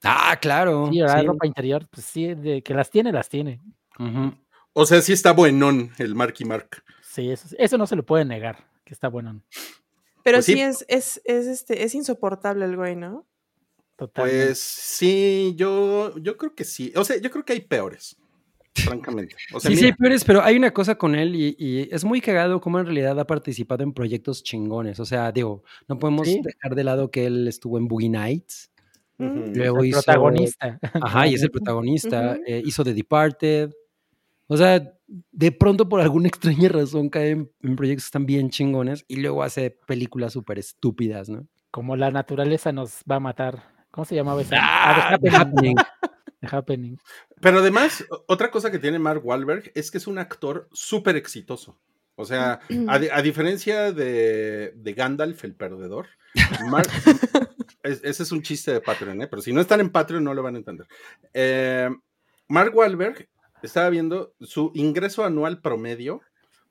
S3: Ah, claro.
S4: Sí, ¿verdad?
S3: sí.
S4: ropa interior, pues sí, de que las tiene, las tiene.
S3: Ujú.
S2: O sea, sí está buenón el Marky Mark.
S4: Sí, eso, eso no se lo puede negar, que está bueno.
S5: Pero
S2: Pues sí.
S5: sí, es, es, es, este, es insoportable el güey, ¿no?
S4: Totalmente.
S2: Pues sí, yo, yo creo que sí. O sea, yo creo que hay peores, francamente. O sea,
S3: Sí, sí, hay
S2: mira,
S3: peores, pero hay una cosa con él y, y es muy cagado cómo en realidad ha participado en proyectos chingones. O sea, digo, no podemos
S4: Sí.
S3: dejar de lado que él estuvo en Boogie Nights.
S5: Mm.
S2: Ujú.
S3: Luego
S4: el
S3: hizo-
S4: protagonista.
S3: Ajá, y es el protagonista.
S5: Ujú.
S3: eh, hizo The Departed. O sea, de pronto por alguna extraña razón cae en, en proyectos tan bien chingones y luego hace películas súper estúpidas, ¿no?
S4: Como la naturaleza nos va a matar. ¿Cómo se llamaba esa?
S3: Ah,
S4: The
S3: The Happening.
S4: Happening. The Happening.
S2: Pero además, o- otra cosa que tiene Mark Wahlberg es que es un actor súper exitoso. O sea, a, di- a diferencia de, de Gandalf el perdedor, Mark- es- ese es un chiste de Patreon, ¿eh? pero si no están en Patreon no lo van a entender. Eh, Mark Wahlberg estaba viendo su ingreso anual promedio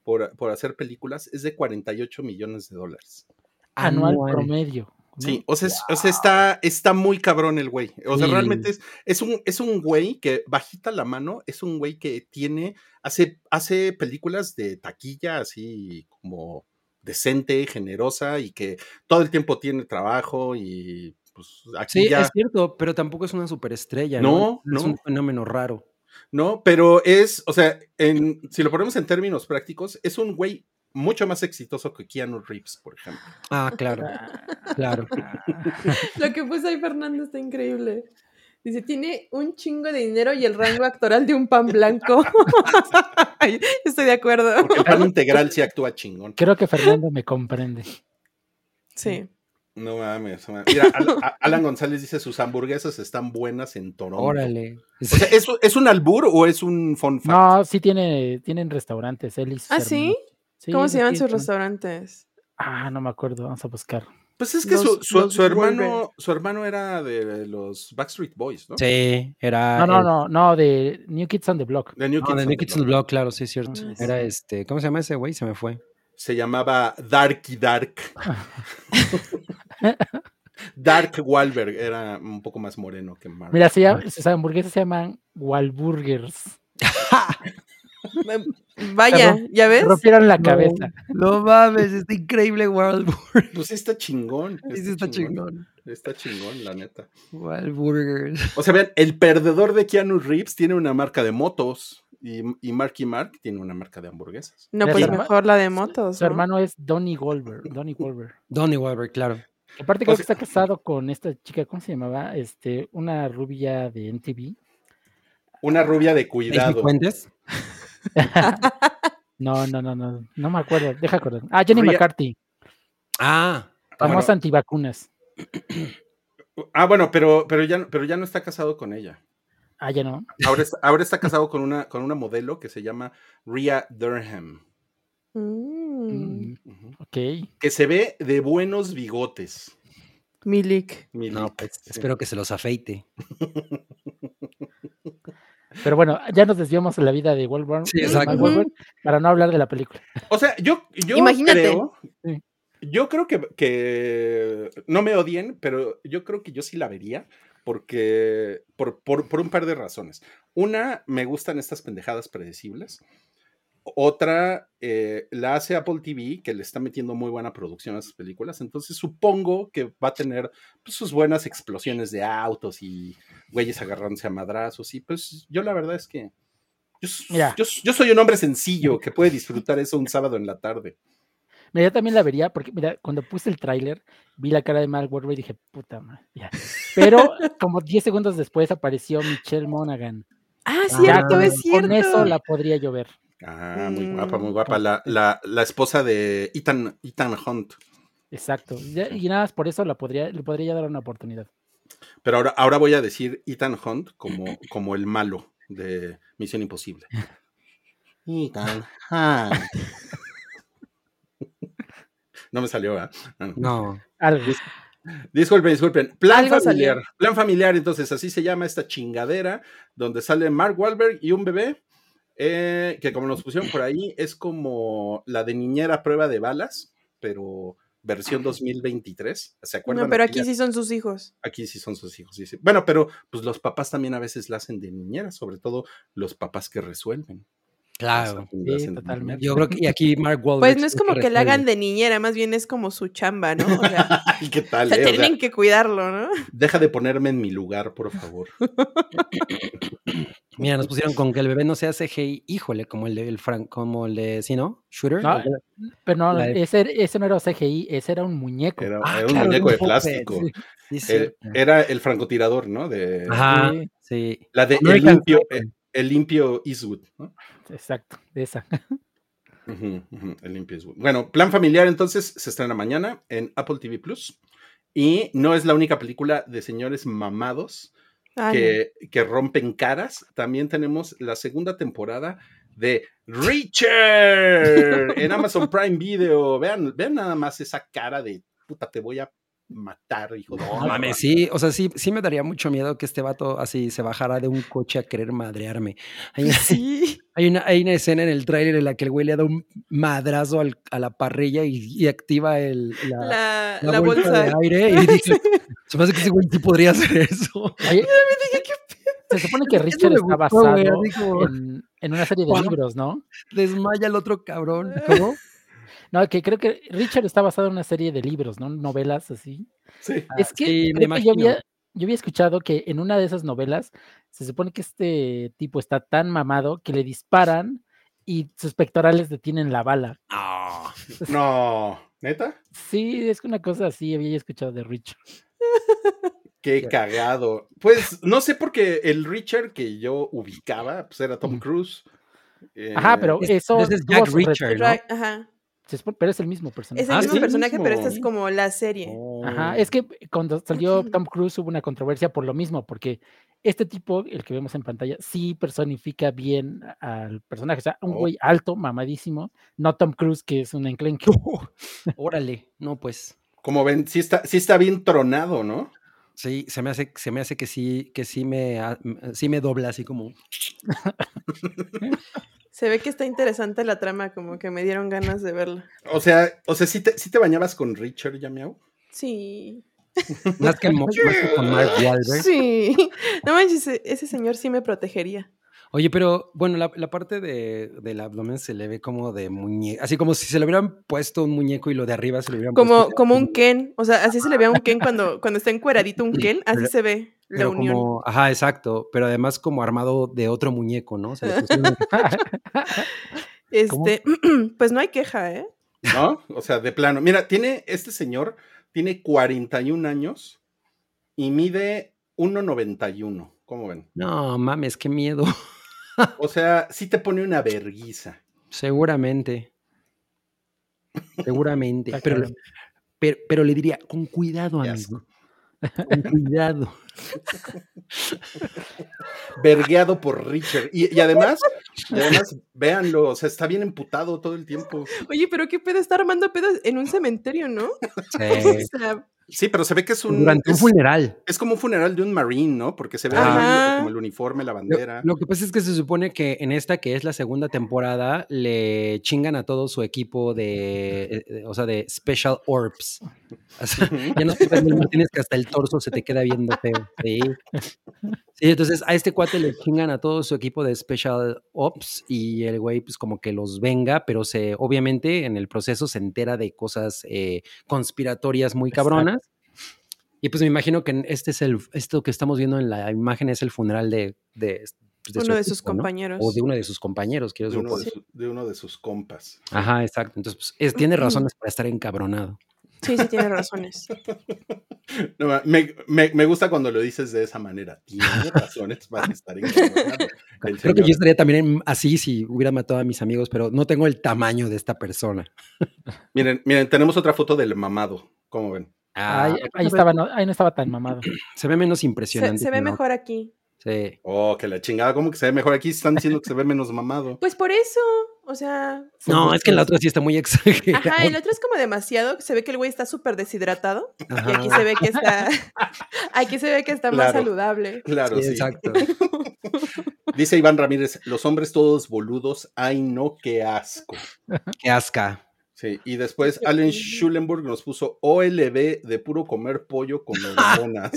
S2: por, por hacer películas es de 48 millones de dólares.
S4: Anual
S3: Anual.
S4: promedio. ¿no?
S2: Sí, o sea, es- o sea, está, está muy cabrón el güey. O sea,
S3: Sí.
S2: realmente es, es un, es un güey que bajita la mano, es un güey que tiene, hace, hace películas de taquilla así como decente, generosa y que todo el tiempo tiene trabajo y pues aquí
S3: Sí,
S2: ya
S3: es cierto, pero tampoco es una superestrella.
S2: No,
S3: No,
S2: no.
S3: Es un fenómeno raro.
S2: No, pero es, o sea, en, si lo ponemos en términos prácticos, es un güey mucho más exitoso que Keanu Reeves, por ejemplo.
S3: Ah, claro, claro.
S5: Lo que puso ahí Fernando está increíble. Dice, tiene un chingo de dinero y el rango actoral de un pan blanco. Ay, Estoy de acuerdo.
S2: Porque el pan integral sí actúa chingón.
S4: Creo que Fernando me comprende.
S5: Sí.
S2: No mames. no mames. Mira, Al- a- Alan González dice sus hamburguesas están buenas en Toronto.
S3: Órale.
S2: O sea, ¿es, es un albur o es un fun fact?
S4: No, sí tiene, tienen restaurantes, él y sus
S5: ¿Ah, sí?
S4: hermanos. Sí,
S5: ¿Cómo se llaman
S4: sí,
S5: sus
S4: tienen-
S5: restaurantes?
S4: Ah, no me acuerdo, vamos a buscar.
S2: Pues es que su,
S5: Los-
S2: su-
S5: los
S2: su hermano,
S5: Wolverine.
S2: su hermano era de los Backstreet Boys, ¿no?
S3: Sí,
S2: Ah,
S3: era.
S4: No,
S3: el-
S4: no, no, no, de New Kids on the Block.
S2: De New
S3: No,
S2: Kids
S3: de
S2: on
S3: New
S2: the
S3: Kids on
S2: Block.
S3: the Block, claro, sí, es cierto.
S5: Ah,
S3: Era este, ¿cómo se llama ese güey? Se me fue.
S2: Se llamaba Darky Dark. Dark Wahlberg era un poco más moreno que Mark.
S4: Mira, se llama- sus hamburguesas se llaman Walburgers.
S5: Em, Vaya, ¿ya ves?
S4: Rompieron la cabeza.
S6: No mames, está increíble World Burger.
S2: Pues sí está chingón.
S6: Ese está chingón.
S2: Está chingón, la neta.
S6: World Burger.
S2: O sea, vean, el perdedor de Keanu Reeves tiene una marca de motos y, y Marky Mark tiene una marca de hamburguesas.
S5: No,
S4: Mira,
S5: pues
S4: su herma-
S5: mejor la de motos.
S4: Su
S5: ¿no?
S4: hermano es Donnie Goldberg. Donnie Goldberg.
S3: Donnie Wahlberg, claro.
S4: Que Aparte creo que
S2: sea-
S4: está casado con esta chica, ¿cómo se llamaba? Este, una rubia de MTV.
S2: Una rubia de
S3: ¿Daisy
S2: cuidado.
S3: Fuentes?
S4: No, no, no, no, no me acuerdo, deja acordar. Ah, Jenny
S2: Rubia-
S4: McCarthy,
S3: Ah,
S4: famosa
S2: Claro.
S4: antivacunas.
S2: Ah, bueno, pero, pero, ya, no- pero ya no está casado con ella.
S4: Ah, ya no.
S2: Ahora está, ahora está casado con una, con una modelo que se llama Rhea Durham.
S5: Mm,
S4: Mm,
S2: Ujú.
S4: ok.
S2: Que se ve de buenos bigotes.
S5: Milik.
S2: Milik.
S3: no, pues
S2: Sí.
S3: espero que se los afeite.
S4: Pero bueno, ya nos desviamos de la vida de Wahlberg,
S3: Sí,
S4: de
S3: exacto.
S4: Mark Wahlberg, para no hablar de la película.
S2: O sea, yo, yo
S5: Imagínate.
S2: creo.
S4: Sí.
S2: Yo creo que, que- No me odien, pero yo creo que yo sí la vería. Porque. Por, por- por un par de razones. Una, me gustan estas pendejadas predecibles. Otra, eh, la hace Apple TV, que le está metiendo muy buena producción a sus películas. Entonces supongo que va a tener pues, sus buenas explosiones de autos y güeyes agarrándose a madrazos. Y pues yo la verdad es que. Yo, s-
S4: Mira.
S2: yo s- yo soy un hombre sencillo que puede disfrutar eso un sábado en la tarde.
S4: Mira, yo también la vería, porque mira, cuando puse el tráiler, vi la cara de Mark Wahlberg y dije, puta madre. ya. Pero como 10 segundos después apareció Michelle Monaghan.
S5: Ah,
S3: Ah,
S4: Ya
S5: cierto,
S4: con,
S5: es cierto.
S4: con eso la podría llover.
S2: Ah, muy guapa,
S5: Mm.
S2: muy guapa. La, la- la esposa de Ethan, Ethan Hunt.
S4: Exacto. ya- y nada más por eso la podría, le podría dar una oportunidad.
S2: Pero ahora, ahora voy a decir Ethan Hunt como, como el malo de Misión Imposible. Ethan Hunt. No me salió, ¿verdad? Ah, no.
S3: No.
S4: Algo.
S2: Disculpen, disculpen. Plan
S5: Algo
S2: familiar.
S5: salió.
S2: Plan familiar, entonces, así se llama esta chingadera donde sale Mark Wahlberg y un bebé. eh, que como nos pusieron por ahí, es como la de niñera a prueba de balas, pero versión 2023. ¿Se acuerdan?
S5: No, pero aquí
S2: aquella-
S5: sí son sus hijos.
S2: Aquí sí son sus hijos. sí, sí. Bueno, pero pues los papás también a veces la hacen de niñera, sobre todo los papás que resuelven.
S3: Claro.
S2: La hacen de niñera.
S4: totalmente.
S3: Yo creo que y aquí Mark Wahlberg.
S5: Pues no es como que la hagan de niñera, más bien es como su chamba, ¿no? O sea,
S2: Ay, ¿qué
S5: o
S2: tal?
S5: sea,
S2: eh? O sea,
S5: tienen que cuidarlo, ¿no?
S2: deja de ponerme en mi lugar, por favor.
S3: Mira, nos pusieron con que el bebé no sea CGI, híjole, como el de el Frank, como el de, ¿sí, no? Shooter.
S4: No,
S3: el de-
S4: Pero no,
S3: La de-
S4: ese, ese no era CGI, ese era un muñeco.
S2: Era,
S3: Ah,
S2: era un
S3: claro,
S2: muñeco
S3: un
S2: de
S3: puppet,
S2: plástico.
S3: sí. Sí, es
S2: El-
S3: cierto.
S2: era el francotirador, ¿no? De,
S3: Ajá,
S4: Sí,
S3: sí.
S2: La de el
S3: American
S2: limpio,
S3: Sniper.
S2: el limpio Eastwood, ¿no?
S4: Exacto, de esa.
S2: Ujú, ujú, el limpio Eastwood. Bueno, Plan Familiar entonces se estrena mañana en Apple TV Plus. Y no es la única película de señores mamados
S5: Ay,
S2: que, que rompen caras. También tenemos la segunda temporada de Richard en Amazon Prime Video. Vean, vean nada más esa cara de puta, te voy a matar, hijo de
S3: No mames, sí, o sea, sí, sí me daría mucho miedo que este vato así se bajara de un coche a querer madrearme. Hay una,
S5: Sí.
S3: hay una, hay una escena en el tráiler en la que el güey le da un madrazo al- a la parrilla y, y activa el, la,
S5: La,
S3: la
S5: la
S3: bolsa,
S5: bolsa.
S3: de aire y dice, se me hace que ese güey sí podría hacer eso.
S4: Oye, se supone que
S3: Eso
S4: Richard
S3: me
S4: está
S3: gustó, güey,
S4: basado
S3: así como,
S4: en, en una serie de
S3: Wow.
S4: libros, ¿no?
S3: Desmaya el otro cabrón. ¿Cómo?
S4: No, que creo que Richard está basado en una serie de libros, ¿no? Novelas así.
S2: Sí.
S4: Es que
S3: sí, me
S4: creo que yo,
S3: imagino.
S4: había, yo había escuchado que en una de esas novelas se supone que este tipo está tan mamado que le disparan y sus pectorales detienen la bala.
S3: Ah,
S2: No, neta.
S4: Sí, es que una cosa así había yo escuchado de Richard.
S2: Qué
S3: Ya.
S2: cagado. Pues no sé porque el Richard que yo ubicaba, pues era Tom
S4: Ujú.
S2: Cruise. Eh,
S4: Ajá, pero
S3: es-
S4: eso
S3: ese es
S4: tuvo
S3: Jack
S4: su ret-
S3: Richard, ¿no?
S5: Ra- Ajá.
S4: se supo- pero es el mismo personaje.
S5: Es el
S3: Ah,
S5: mismo
S3: sí, Oh.
S5: personaje, pero esta es
S3: mismo.
S5: como la serie.
S4: Ajá,
S3: Eh.
S4: es que cuando salió Tom Cruise hubo una controversia por lo mismo, porque este tipo, el que vemos en pantalla, sí personifica bien a- al personaje. O sea, un
S2: Oh.
S4: güey alto, mamadísimo, no Tom Cruise, que es un enclenque.
S3: Órale, no, pues.
S2: Como ven, sí está, sí está bien tronado, ¿no?
S3: Sí, se me hace, se me hace que sí, que sí me, ha- m- sí me dobla así como.
S5: Se ve que está interesante la trama, como que me dieron ganas de verla.
S2: O sea, o sea, sí te, sí te bañabas con Richard, ya miau.
S5: Sí.
S3: Más que, mo- más que con Mark Wahlberg.
S5: Sí. No manches, e- ese señor sí me protegería.
S3: Oye, pero bueno, la, la parte de, del abdomen se le ve como de muñeco, así como si se le hubieran puesto un muñeco y lo de arriba se le hubieran
S5: Como,
S3: puesto.
S5: como un Ken. O sea, así se le ve a un Ken cuando, cuando está encueradito un Ken. Así
S3: Pero-
S5: se ve la
S3: Pero
S5: unión.
S3: como, ajá, exacto, pero además como armado de otro muñeco, ¿no? Se le pusieron-
S4: ¿cómo?
S5: Este, pues no hay queja, ¿eh?
S2: ¿no? O sea, de plano. Mira, tiene, este señor tiene 41 años y mide 1,91. ¿Cómo ven?
S3: no mames, qué miedo,
S2: O sea, sí te pone una verguiza.
S3: seguramente. Seguramente,
S4: Está
S3: pero,
S4: cabrón.
S3: pero, pero le diría, con cuidado,
S2: Qué
S3: amigo. Con cuidado.
S2: Vergueado por Richard. Y, y además, y además, véanlo, o sea, está bien emputado todo el tiempo.
S5: Oye, pero qué pedo está armando pedos en un cementerio, ¿no? O
S3: Sí.
S5: sea,
S2: Sí, pero se ve que es un.
S3: Durante un
S2: es-
S3: funeral.
S2: Es como un funeral de un marine, ¿no? Porque se ve
S5: Ajá.
S2: ahí como el uniforme, la
S3: Lo,
S2: bandera.
S3: lo que pasa es que se supone que en esta, que es la segunda temporada, le chingan a todo su equipo de, eh, eh, o sea, de Special Orbs. O sea,
S2: Ujú.
S3: ya no te ves, Martínez, que hasta el torso se te queda viendo feo. Sí. Sí, entonces a este cuate le chingan a todo su equipo de Special Ops y el güey pues como que los venga, pero se obviamente en el proceso se entera de cosas eh, conspiratorias muy
S4: Exacto.
S3: cabronas. Y pues me imagino que en- este es el, esto que estamos viendo en la imagen es el funeral de, de- pues, de su
S5: uno de sus
S3: equipo, ¿no?
S5: compañeros.
S3: O de uno de sus compañeros, quiero
S2: De
S3: decir.
S2: uno, de su- de uno de sus compas.
S3: Ajá, exacto. Entonces, pues, es- tiene razones para estar encabronado.
S5: Sí, sí, tiene razones.
S2: No, ma- me, me- me gusta cuando lo dices de esa manera. Tiene razones para estar encabronado. El
S3: Creo que
S2: señor.
S3: yo estaría también en- así si hubiera matado a mis amigos, pero no tengo el tamaño de esta persona.
S2: Miren, miren, tenemos otra foto del mamado. ¿Cómo ven?
S3: Ah,
S4: Ahí, ahí estaba, no, ahí no estaba tan mamado.
S3: Se ve menos
S5: Se,
S3: impresionante.
S5: se ve
S3: que la
S5: mejor aquí.
S3: otra. Sí.
S2: Oh, que la chingada, ¿cómo que se ve mejor? Aquí están diciendo que se ve menos mamado.
S5: Pues por eso, o sea...
S3: No, es que en la otra sí está muy exagerada.
S5: Ajá, el otro es como demasiado, se ve que el güey está súper deshidratado y
S3: Ajá,
S5: aquí se ve que está...
S3: Ah.
S5: Aquí se ve que está más
S2: Claro.
S5: saludable.
S2: Claro,
S3: sí,
S2: sí.
S3: Exacto.
S2: Dice Iván Ramírez, los hombres todos boludos, ay no, qué asco.
S3: Qué asca.
S2: Sí, y después Allen Schulenburg nos puso OLB de puro comer pollo con hormonas.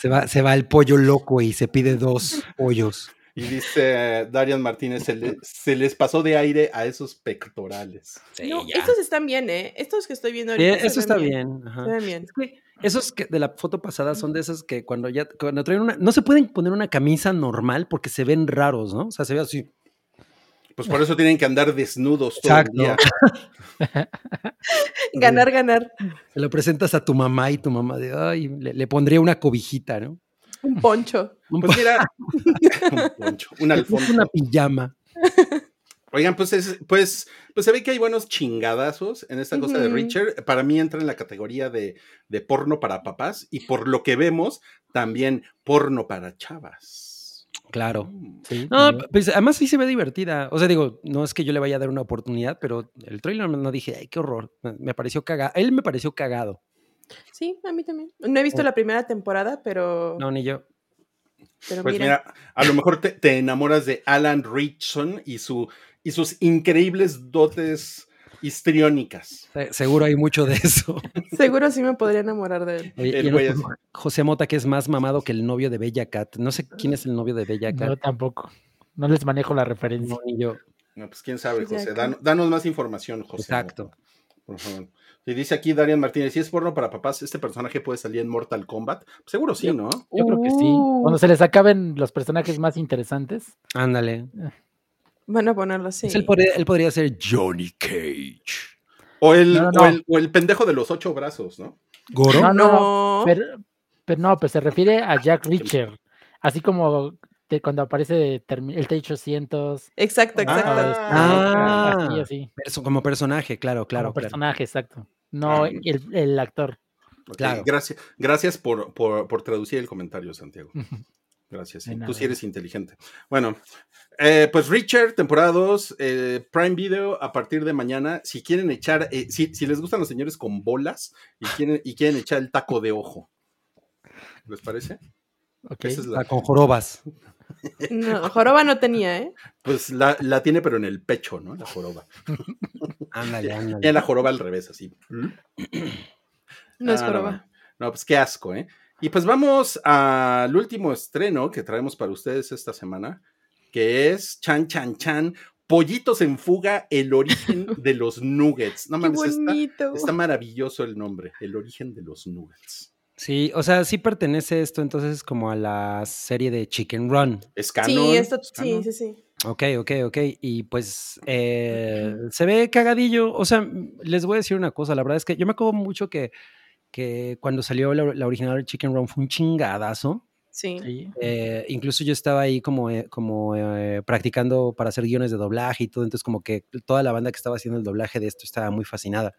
S3: Se va, se va el pollo loco y se pide dos pollos.
S2: Y dice eh, Darian Martínez, se, le- se les pasó de aire a esos pectorales.
S3: Sí,
S5: no,
S3: ya.
S5: estos están bien, ¿eh? Estos que estoy viendo
S3: Sí,
S5: ahorita. se
S3: eso
S5: ven
S3: está bien. ajá.
S5: Se ven bien.
S3: Es que esos que de la foto pasada son de esos que cuando ya cuando traen una. No se pueden poner una camisa normal porque se ven raros, ¿no? O sea, se ve así.
S2: Pues por eso tienen que andar desnudos todo
S3: Exacto.
S2: el día.
S5: Ganar, ganar.
S3: Se lo presentas a tu mamá y tu mamá de ay, le, le pondría una cobijita, ¿no?
S5: Un poncho.
S3: Un
S2: Pues
S3: pa-
S2: mira, un poncho, un
S3: le puse
S2: alfonso.
S3: una pijama.
S2: Oigan, pues, es- pues, pues se ve que hay buenos chingadazos en esta cosa de
S5: Ujú.
S2: Richard. Para mí entra en la categoría de, de porno para papás y por lo que vemos, también porno para chavas.
S3: Claro.
S2: Mm.
S4: Sí,
S3: No,
S4: también.
S3: pues además sí se ve divertida. O sea, digo, no es que yo le vaya a dar una oportunidad, pero el trailer no dije, ay, qué horror. Me pareció cagado. Él me pareció cagado.
S5: Sí, a mí también. No he visto la primera temporada, pero,
S3: No, ni yo.
S5: pero
S2: Pues
S5: mira.
S2: mira, a lo mejor te, te enamoras de Alan Richson y, su, y sus increíbles dotes histriónicas.
S3: Se- Seguro hay mucho de eso.
S5: Seguro sí me podría enamorar de él.
S3: Oye, y
S2: El
S3: el
S2: güey
S3: otro, José Mota, que es más mamado que el novio de Bella Cat. No sé quién es el novio de Bella
S4: Yo
S3: Cat.
S4: tampoco. No les manejo la referencia.
S3: No, ni yo.
S2: No, pues quién sabe, José.
S5: Exacto.
S2: Dan- danos más información, José.
S3: Exacto.
S2: Por favor. Y dice aquí Darian Martínez, si es porno para papás, ¿este personaje puede salir en Mortal Kombat? Pues Seguro sí, ¿no?
S4: Yo creo que sí.
S5: Uh.
S4: Cuando se les acaben los personajes más interesantes.
S3: Ándale.
S5: Van a ponerlo así.
S3: Pues Él, podría, él podría ser Johnny Cage.
S2: O el,
S4: No, no,
S2: O,
S4: no.
S2: el, o el pendejo de los ocho brazos, ¿no?
S3: ¿Goro?
S4: No, no, no.
S5: No.
S4: Pero, pero no, pues se refiere a Jack Reacher. Así como te- cuando aparece Termi- el T-800.
S5: Exacto, exacto.
S2: Ah,
S3: Ah.
S4: Ah, así, así.
S3: Perso- como personaje, claro, claro.
S4: como
S3: claro.
S4: personaje, exacto. No
S2: Ah.
S4: el, el actor.
S2: Ok,
S3: Claro.
S2: Gracias, gracias por, por- por traducir el comentario, Santiago. Gracias. sí,
S4: De
S2: Tú
S4: nada.
S2: sí eres inteligente. Bueno, eh, pues Richard, temporada 2, eh, Prime Video a partir de mañana. Si quieren echar, eh, si, si les gustan los señores con bolas y quieren, y quieren echar el taco de ojo. ¿Les parece?
S4: Ok.
S2: Esa es
S3: Ah,
S2: la,
S3: con jorobas.
S5: No, Joroba no tenía, ¿eh?
S2: pues la, la tiene, pero en el pecho, ¿no? La joroba.
S3: Ándale,
S2: Tiene
S3: ándale.
S2: la joroba al revés, así.
S5: No es
S2: Ah,
S5: Joroba.
S2: No, pues qué asco, ¿eh? Y pues vamos al último estreno que traemos para ustedes esta semana, que es Chan Chan Chan, Pollitos en Fuga, el origen de los nuggets. No
S5: Qué
S2: mames, está,
S5: bonito.
S2: está maravilloso el nombre, el origen de los nuggets.
S3: Sí, o sea, sí pertenece esto entonces como a la serie de Chicken Run.
S2: Es canon.
S5: sí, esto,
S2: es
S5: sí,
S2: canon.
S5: sí, sí.
S3: Ok, ok, ok. Y pues eh, se ve cagadillo. O sea, m- les voy a decir una cosa. La verdad es que yo me acuerdo mucho que, que cuando salió la, la original de Chicken Run fue un chingadazo.
S5: Sí.
S4: Sí.
S3: Eh, incluso yo estaba ahí como, eh, como eh, practicando para hacer guiones de doblaje y todo, entonces como que toda la banda que estaba haciendo el doblaje de esto estaba muy fascinada.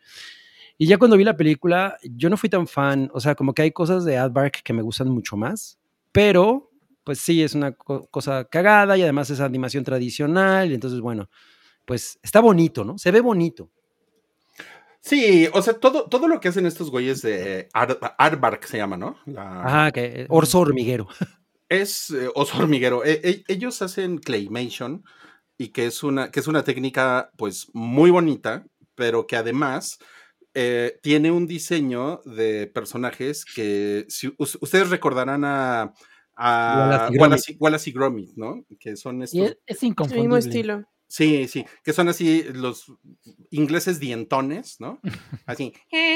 S3: Y ya cuando vi la película, yo no fui tan fan, o sea, como que hay cosas de Adbark que me gustan mucho más, pero pues sí, es una co- cosa cagada y además es animación tradicional, y entonces bueno, pues está bonito, ¿no? Se ve bonito.
S2: Sí, o sea, todo, todo lo que hacen estos güeyes de Ar- Arbark se llama, ¿no? La-
S3: Ajá, que eh, Orso Hormiguero.
S2: Es eh, oso hormiguero. E- e- ellos hacen claymation y que es una, que es una técnica pues muy bonita, pero que además eh, tiene un diseño de personajes que si us- ustedes recordarán a, a
S3: Wallace y Gromit.
S2: Wallace, y- Wallace y Gromit, ¿no? Que son
S4: Y
S2: estos.
S4: es, es
S5: El mismo
S4: inconfundible.
S5: estilo.
S2: Sí, sí, que son así los ingleses dientones, ¿no? Así,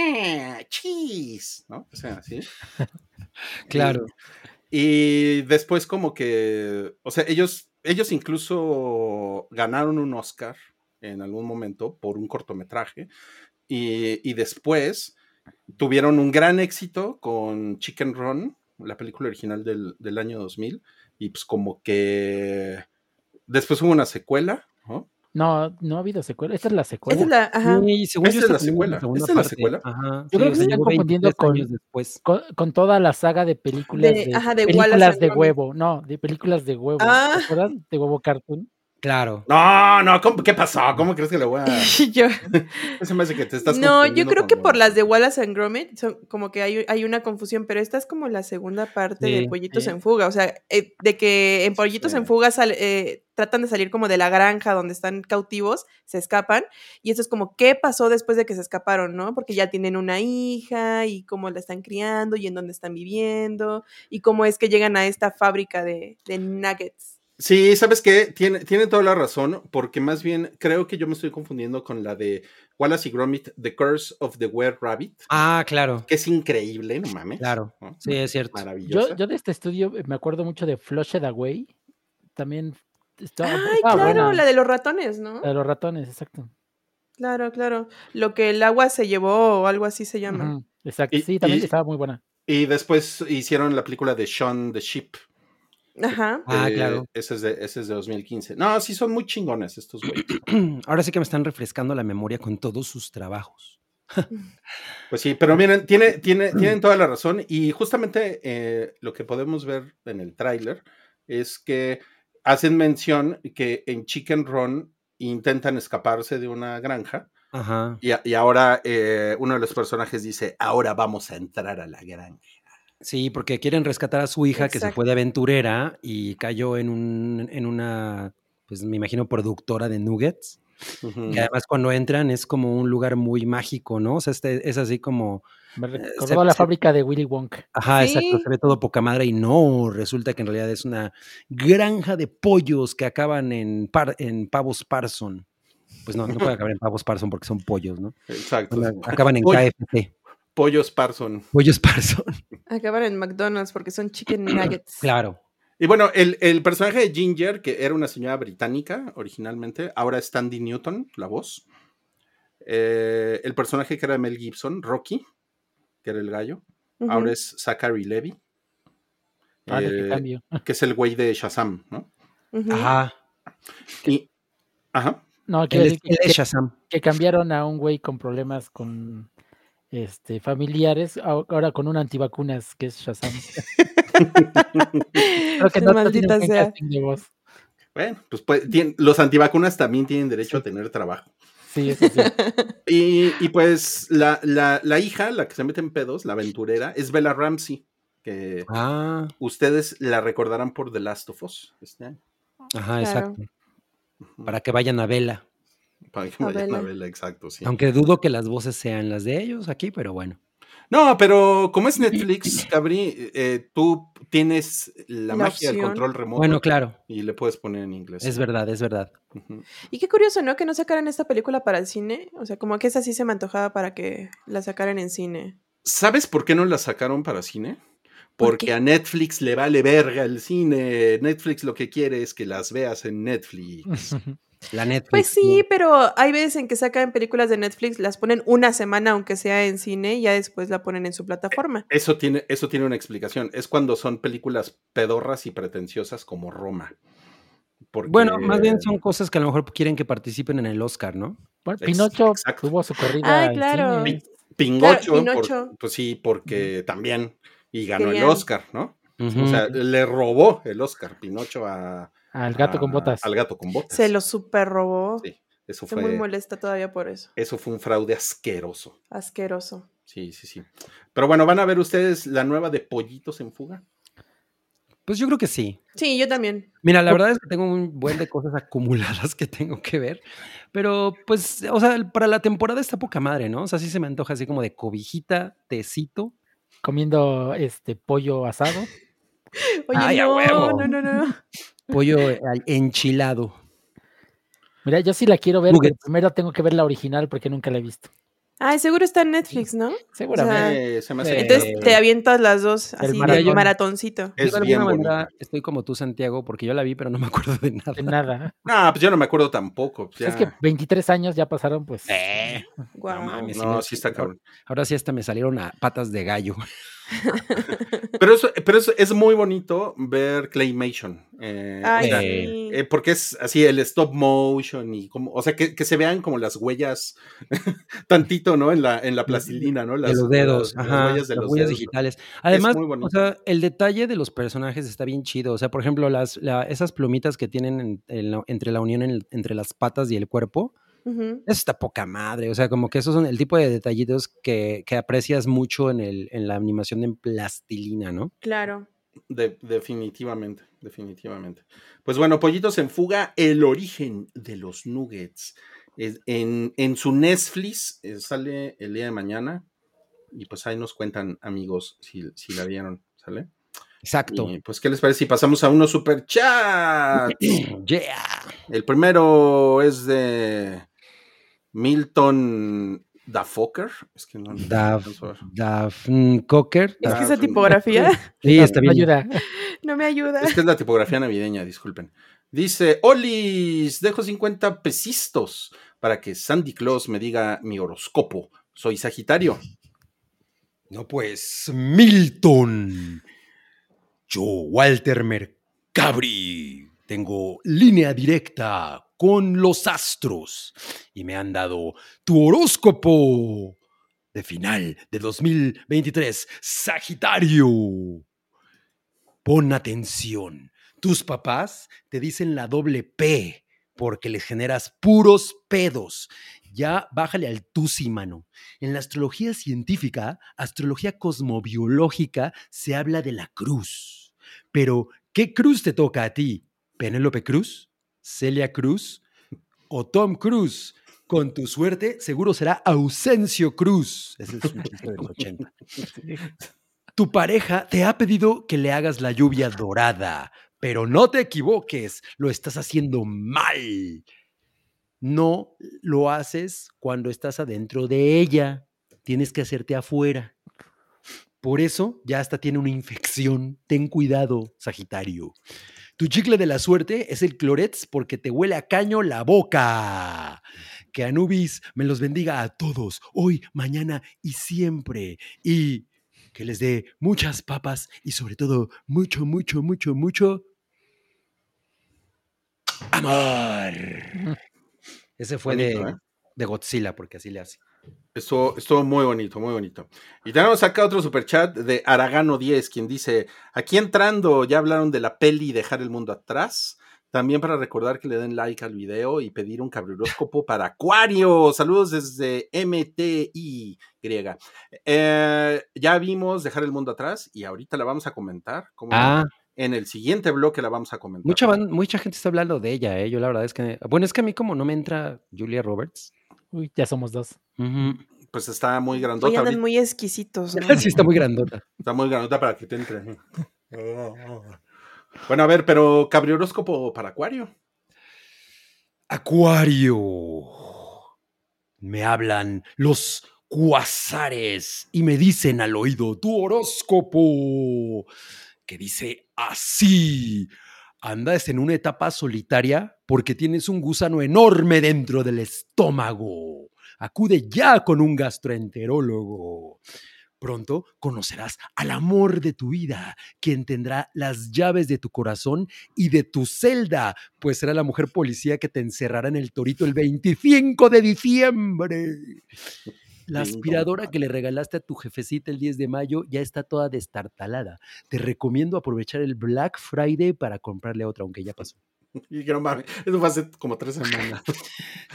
S2: "Ah, cheese, ¿no? O sea, así.
S3: Claro.
S2: Y después como que, o sea, ellos, ellos incluso ganaron un Oscar en algún momento por un cortometraje y, y después tuvieron un gran éxito con Chicken Run, la película original del, del año 2000, y pues como que después hubo una secuela, ¿no?
S4: No, no ha habido secuela. Esta es la secuela.
S5: Esta es la, ajá.
S3: Y según
S2: Esta
S3: yo,
S2: es la
S3: esta también
S2: secuela,
S3: segunda
S2: esta es la
S3: parte.
S2: secuela.
S3: Ajá,
S4: Yo creo que se
S3: llevó
S4: están confundiendo
S3: 23 años
S4: con-
S3: después.
S4: Con, con toda la saga de películas
S5: De-
S4: de,
S5: ajá, de Wallace
S4: películas
S5: and
S4: de
S5: Gromit.
S4: huevo. No, de películas de huevo.
S5: Ah.
S4: ¿Te acuerdas? De huevo cartoon.
S3: Claro.
S2: No, no, ¿cómo- ¿qué pasó? ¿Cómo crees que le voy a...?
S5: Yo-
S2: Se me hace que te estás
S5: no, yo
S2: confundiendo
S5: creo
S2: con
S5: que
S2: lo-
S5: por las de Wallace and Gromit, son, como que hay, hay una confusión, pero esta es como la segunda parte
S3: Sí,
S5: de Pollitos
S3: sí.
S5: en Fuga. O sea, eh, de que en Pollitos
S2: Sí.
S5: en Fuga sale- eh, tratan de salir como de la granja donde están cautivos, se escapan, y esto es como qué pasó después de que se escaparon, ¿no? Porque ya tienen una hija y cómo la están criando y en dónde están viviendo y cómo es que llegan a esta fábrica de, de nuggets.
S2: Sí, ¿sabes qué? Tiene, tiene toda la razón, porque más bien creo que yo me estoy confundiendo con la de Wallace y Gromit, The Curse of the Were Rabbit,
S3: Ah, claro,
S2: que es increíble, no mames.
S3: claro.
S2: ¿no?
S3: Sí, es cierto.
S4: Yo,
S2: Maravillosa.
S4: yo de este estudio eh, me acuerdo mucho de Flush It Away. También estaba,
S2: Ah,
S5: Ay,
S4: estaba
S3: Ah,
S5: claro,
S4: buena.
S5: la de los ratones, ¿no?
S4: La
S3: Eh.
S4: de los ratones, exacto.
S5: Claro, claro. Lo que el agua se llevó o algo así se llama.
S4: Ujú, Exacto.
S2: Y-
S4: sí, también
S2: y-
S4: estaba muy buena.
S2: Y después hicieron la película de Shaun the Sheep.
S5: Ajá.
S3: Ah,
S2: eh,
S3: claro.
S2: Ese es, de, ese es de 2015. No, sí, son muy chingones estos güeyes.
S3: Ahora sí que me están refrescando la memoria con todos sus trabajos.
S2: Pues sí, pero miren, tiene, tiene, tienen toda la razón y justamente eh, lo que podemos ver en el tráiler es que hacen mención que en Chicken Run intentan escaparse de una granja
S3: Ajá.
S2: y, a- y ahora eh, uno de los personajes dice, ahora vamos a entrar a la granja.
S3: Sí, porque quieren rescatar a su hija que se fue de aventurera y cayó en, un, en una, pues me imagino, productora de nuggets.
S2: Ujú.
S3: Mm. Y además cuando entran es como un lugar muy mágico, ¿no? O sea, este, es así como
S5: Eh,
S4: Me
S3: se-
S4: recordó a la
S3: se-
S4: fábrica de Willy Wonka.
S3: Ajá,
S5: Sí.
S3: exacto, se ve todo poca madre y no, resulta que en realidad es una granja de pollos que acaban en, par- en pavos Parson. Pues no, no puede acabar en pavos Parson porque son pollos, ¿no?
S2: Exacto.
S3: Bueno, acaban en
S2: Pollo.
S3: KFC,
S2: Pollos Parson.
S3: pollos Parson.
S5: Acaban en McDonald's porque son chicken nuggets.
S3: Claro.
S2: Y bueno, el, el personaje de Ginger, que era una señora británica originalmente, ahora es Tandy Newton, la voz. Eh, el personaje que era Mel Gibson, Rocky, que era el gallo,
S5: Ujú.
S2: ahora es Zachary Levy,
S4: Ah, de qué
S2: eh,
S4: cambio.
S2: que es el güey de Shazam, ¿no?
S5: Ujú.
S3: Ajá.
S2: Y, ajá.
S4: No, quiero
S3: Él es,
S4: decir que,
S3: él es
S4: que-
S3: Shazam.
S4: que cambiaron a un güey con problemas con este familiares, a- ahora con un antivacunas que es Shazam. Creo que no, no tiene
S5: Maldita
S4: buen
S5: sea.
S4: casting de voz.
S2: Bueno, pues, pues, tien- los antivacunas también tienen derecho a tener trabajo.
S4: Sí, eso sí.
S2: Y, y pues la, la- la hija, la que se mete en pedos, la aventurera, es Bella Ramsey, que
S3: Ah,
S2: ustedes la recordarán por The Last of Us. este año.
S3: ajá,
S5: Claro.
S3: exacto. Para que vayan a vela.
S2: Para que vayan
S5: Bella.
S2: a verla, exacto, sí.
S3: Aunque dudo que las voces sean las de ellos aquí, pero bueno.
S2: No, pero como es Netflix, Cabri, eh, tú tienes la,
S5: La
S2: magia del
S5: opción.
S2: control remoto
S3: Bueno, claro,
S2: y le puedes poner en inglés.
S3: es verdad, es verdad.
S2: Ujú.
S5: Y qué curioso, ¿no? Que no sacaran esta película para el cine. O sea, como que esa sí se me antojaba para que la sacaran en cine.
S2: ¿Sabes por qué no la sacaron para cine?
S5: ¿Por
S2: Porque
S5: qué?
S2: a Netflix le vale verga el cine. Netflix lo que quiere es que las veas en Netflix.
S3: Mm. La Netflix.
S5: Pues sí,
S3: ¿no?
S5: pero hay veces en que sacan películas de Netflix, las ponen una semana, aunque sea en cine, y ya después la ponen en su plataforma.
S2: Eso tiene, eso tiene una explicación. Es cuando son películas pedorras y pretenciosas como Roma. Porque-
S3: Bueno, más bien son cosas que a lo mejor quieren que participen en el Oscar, ¿no?
S4: Bueno,
S2: Ex-
S4: Pinocho
S2: exacto.
S4: tuvo su corrida.
S5: Ay,
S4: en
S5: claro.
S4: cines.
S2: Pingocho,
S5: Claro,
S2: por-
S5: Pinocho.
S2: pues sí, porque también. Y ganó
S5: Querían.
S2: el Oscar, ¿no? O sea, le robó el Oscar Pinocho a.
S4: Al gato con
S2: a-
S4: botas.
S2: Ah, Al gato con botas.
S5: Se lo super robó.
S2: Sí, eso
S5: Estoy muy
S2: fue,
S5: molesta todavía por eso.
S2: eso fue un fraude asqueroso.
S5: Asqueroso.
S2: Sí, sí, sí. Pero bueno, van a ver ustedes la nueva de Pollitos en Fuga.
S3: Pues yo creo que sí.
S5: Sí, yo también.
S3: Mira, la verdad es que tengo un buen de cosas acumuladas que tengo que ver, pero pues, o sea, para la temporada está poca madre, ¿no? O sea, sí se me antoja así como de cobijita, tecito.
S4: Comiendo este pollo asado.
S5: Oye,
S3: Ay, a
S5: no,
S3: huevo.
S5: no, no, no.
S3: Pollo e, al- enchilado.
S4: Mira, yo sí la quiero ver, pero
S3: Nuggets.
S4: primero tengo que ver la original porque nunca la he visto.
S5: Ay, seguro está en Netflix, ¿no?
S4: Seguramente.
S5: Ah.
S2: Eh, se me hace que-
S5: Entonces te avientas las dos así de
S4: maratón.
S5: maratoncito.
S3: Yo
S2: es
S3: de alguna
S2: bien
S3: manera
S2: bonita.
S3: estoy como tú, Santiago, porque yo la vi, pero no me acuerdo de nada.
S4: de nada.
S2: No, pues yo no me acuerdo tampoco. pues
S4: Es
S2: ya.
S4: que 23 años ya pasaron, pues.
S3: Eh,
S5: Guau.
S3: mames.
S2: No, sí está cabrón.
S3: Ahora sí hasta me salieron a patas de gallo.
S2: Pero eso, pero eso es muy bonito ver Claymation. eh,
S5: Ay,
S2: o sea,
S3: Eh,
S5: sí.
S2: eh, porque es así el stop motion y como, o sea, que, que se vean como las huellas tantito, ¿no? En la, en la plastilina, ¿no? Las,
S3: de los dedos,
S2: las- las
S3: ajá,
S2: huellas de
S3: las
S2: los
S3: huellas
S2: dedos.
S3: digitales. Además,
S2: muy
S3: o
S2: bonito.
S3: sea, el detalle de los personajes está bien chido. O sea, por ejemplo, las, la- esas plumitas que tienen en- en la- entre la unión en- entre las patas y el cuerpo,
S5: Ujú.
S3: eso está poca madre. O sea, como que esos son el tipo de detallitos que, que aprecias mucho en, el, en la animación en plastilina, ¿no?
S5: Claro.
S2: De- definitivamente, definitivamente. Pues bueno, Pollitos en Fuga, el origen de los nuggets. Es- en, en su Netflix eh, sale el día de mañana y pues ahí nos cuentan, amigos, si, si la vieron, ¿sale?
S3: Exacto.
S2: Y, pues, ¿qué les parece si pasamos a unos super chats?
S3: Yeah.
S2: El primero es de Milton Dafoker. Es que no, no
S3: Daf,
S2: alcanzo a ver.
S3: Daphne Cocker.
S5: Es que
S2: Ah,
S5: esa
S2: sí.
S5: tipografía
S3: Sí,
S4: No,
S3: está bien.
S4: no ayuda.
S5: no me ayuda.
S2: Es que es la tipografía navideña, disculpen. Dice, Olis, dejo 50 pesistos para que Sandy Claus me diga mi horóscopo. Soy Sagitario.
S7: No, pues Milton. Yo, Walter Mercabri, tengo línea directa con los astros y me han dado tu horóscopo de final de 2023, Sagitario. Pon atención, tus papás te dicen la doble P porque les generas puros pedos. Ya bájale al tusi, mano. En la astrología científica, astrología cosmobiológica, se habla de la cruz. Pero, ¿qué cruz te toca a ti? ¿Penélope Cruz? ¿Celia Cruz? ¿O Tom Cruise? Con tu suerte, seguro será Ausencio Cruz. Ese es un chiste de los 80. Tu pareja te ha pedido que le hagas la lluvia dorada, pero no te equivoques, lo estás haciendo mal. No lo haces cuando estás adentro de ella, tienes que hacerte afuera. Por eso ya hasta tiene una infección. Ten cuidado, Sagitario. Tu chicle de la suerte es el Clorets porque te huele a caño la boca. Que Anubis me los bendiga a todos, hoy, mañana y siempre. Y que les dé muchas papas y sobre todo mucho, mucho, mucho, mucho amor. Ese fue
S2: Bonito,
S7: de,
S2: ¿eh?
S7: de Godzilla porque así le hace.
S2: Estuvo, estuvo muy bonito, muy bonito. Y tenemos acá otro superchat de Aragano 10, quien dice, aquí entrando ya hablaron de la peli Dejar el Mundo Atrás. También para recordar que le den like al video y pedir un cabreróscopo para Acuario. Saludos desde MTI griega. Eh, ya vimos Dejar el Mundo Atrás y ahorita la vamos a comentar. ¿cómo no?
S3: Ah,
S2: En el siguiente bloque la vamos a comentar.
S3: mucha, ban- mucha gente está hablando de ella, ¿eh? Yo la verdad es que... Bueno, es que a mí como no me entra Julia Roberts.
S4: Uy, ya somos dos.
S3: Ujú.
S2: Pues está muy
S5: Hoy
S2: grandota.
S5: andan
S2: ahorita.
S5: muy exquisitos. ¿no?
S3: Sí, está muy grandota.
S2: Está muy granota para que te entre. Bueno, a ver, pero cabrioróscopo para Acuario.
S7: Acuario. Me hablan los cuasares y me dicen al oído tu horóscopo, que dice así. Andas en una etapa solitaria porque tienes un gusano enorme dentro del estómago. Acude ya con un gastroenterólogo. Pronto conocerás al amor de tu vida, quien tendrá las llaves de tu corazón y de tu celda, pues será la mujer policía que te encerrará en el torito el 25 de diciembre. La
S2: Ding dong.
S7: aspiradora que le regalaste a tu jefecita el 10 de mayo ya está toda destartalada. Te recomiendo aprovechar el Black Friday para comprarle otra, aunque ya pasó.
S2: Y que no mames, eso fue hace como tres semanas.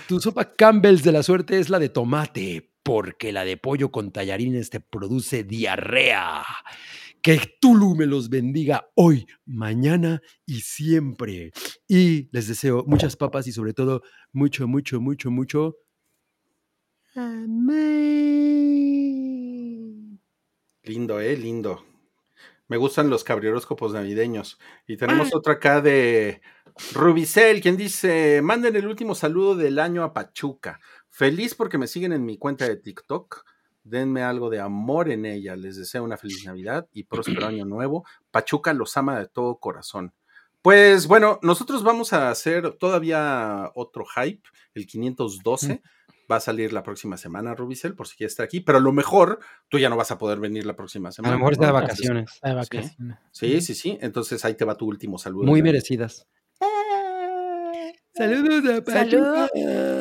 S7: Tu sopa Campbell's de la suerte es la de tomate, porque la de pollo con tallarines te produce diarrea. Que Tulu me los bendiga hoy, mañana y siempre. Y les deseo muchas papas y sobre todo mucho, mucho, mucho, mucho.
S2: Lindo, eh, lindo. Me gustan los cabrioróscopos navideños. Y tenemos
S3: Ah.
S2: otro acá de Rubicel, quien dice: Manden el último saludo del año a Pachuca. Feliz porque me siguen en mi cuenta de TikTok. Denme algo de amor en ella. Les deseo una feliz Navidad y próspero año nuevo. Pachuca los ama de todo corazón. Pues bueno, nosotros vamos a hacer todavía otro hype, el 512. Va a salir la próxima semana, Rubicel, por si quieres estar aquí. Pero a lo mejor tú ya no vas a poder venir la próxima
S3: A
S2: semana.
S3: lo mejor
S2: ¿no?
S3: está de
S2: Entonces,
S3: vacaciones.
S4: Está de vacaciones.
S2: Sí, sí, sí. Entonces ahí te va tu último saludo.
S3: Muy
S2: Dani.
S3: merecidas.
S6: Saludos a
S3: Ah,
S5: Saludos
S6: Pachuca.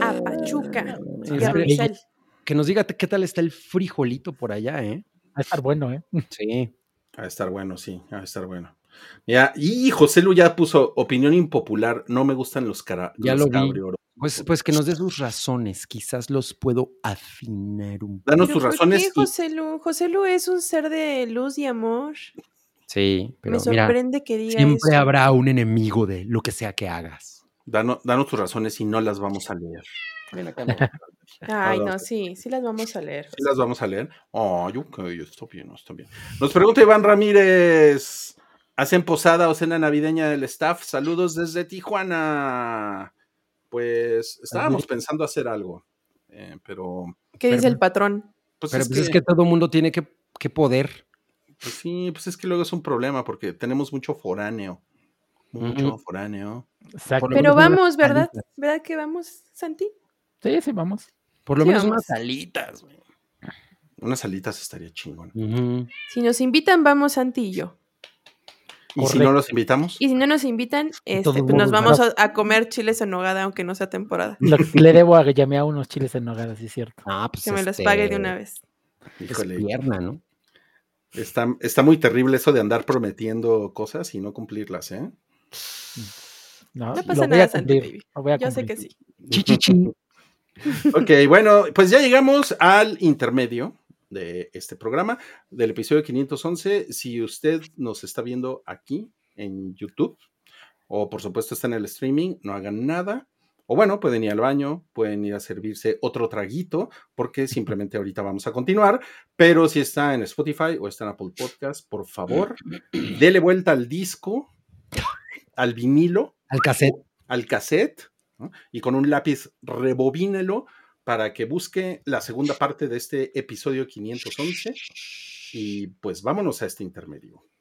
S2: Ah,
S5: a Pachuca. Y a
S3: Siempre-
S5: Rubicel.
S3: Que nos diga qué tal está el frijolito por allá, ¿eh?
S4: Va a estar bueno, ¿eh?
S3: Sí.
S2: Ha de estar bueno, sí, ha de estar bueno. Mira, y José Lu ya puso opinión impopular. No me gustan los, cara,
S3: Ya
S2: los
S3: lo vi.
S2: cabrioros.
S3: Pues, pues que nos dé sus razones, quizás los puedo afinar un poco.
S2: Danos
S5: Pero
S2: tus
S5: ¿por
S2: razones.
S5: qué
S2: y-
S5: José Lu? José Lu es un ser de luz y amor.
S3: Sí, pero
S5: Me
S3: mira,
S5: sorprende que diga
S7: Siempre
S5: eso.
S7: habrá un enemigo de lo que sea que hagas.
S2: dano- danos tus razones y no las vamos a leer. Ven acá, no.
S5: Ay,
S2: Perdón.
S5: no, sí, sí las vamos a leer.
S2: Sí las vamos a leer. Ay, ok, está bien, está bien. Nos pregunta Iván Ramírez. ¿Hacen posada o cena navideña del staff? Saludos desde Tijuana. Pues estábamos pensando hacer algo, eh, pero...
S5: ¿Qué dice
S3: Pero-
S5: el patrón?
S2: Pues
S3: pero pues es que todo mundo tiene que, que poder.
S2: Pues sí, pues es que luego es un problema porque tenemos mucho foráneo. Mucho foráneo.
S4: Exacto.
S5: Pero vamos, ¿verdad? ¿Verdad que vamos, Santi?
S4: Sí, sí, vamos.
S3: Por lo
S5: Sí,
S3: menos
S5: vamos.
S3: unas alitas. güey.
S2: Unas alitas estaría chingón.
S3: Ujú.
S5: Si nos invitan, vamos Santi y yo.
S2: ¿Y si no los invitamos?
S5: Y si no nos invitan, este,
S3: todos
S5: pues nos
S3: modos,
S5: vamos a, a comer chiles en nogada, aunque no sea temporada.
S4: Lo que le debo a Guillamea unos chiles en nogada, sí es cierto.
S3: Ah, pues
S5: Que me los
S3: este,
S5: pague de una vez.
S3: Es
S2: Híjole,
S3: pierna, ¿no?
S2: está, está muy terrible eso de andar prometiendo cosas y no cumplirlas, ¿eh?
S4: No,
S5: No
S4: Lo
S5: pasa
S4: voy
S5: nada,
S4: a
S5: Santi,
S4: cumplir,
S5: baby.
S4: lo voy a
S5: Yo sé que
S4: cumplir.
S5: sí.
S3: Chichichi.
S2: Ok, bueno, pues ya llegamos al intermedio de este programa, del episodio 511. Si usted nos está viendo aquí en YouTube, o por supuesto está en el streaming, no hagan nada, O bueno, pueden ir al baño, pueden ir a servirse otro traguito, porque simplemente ahorita vamos a continuar. Pero si está en Spotify o está en Apple Podcast, por favor, dele vuelta al disco, al vinilo,
S7: Al cassette.
S2: al cassette, ¿no? y con un lápiz rebobínelo para que busque la segunda parte de este episodio 511. Y pues vámonos a este intermedio.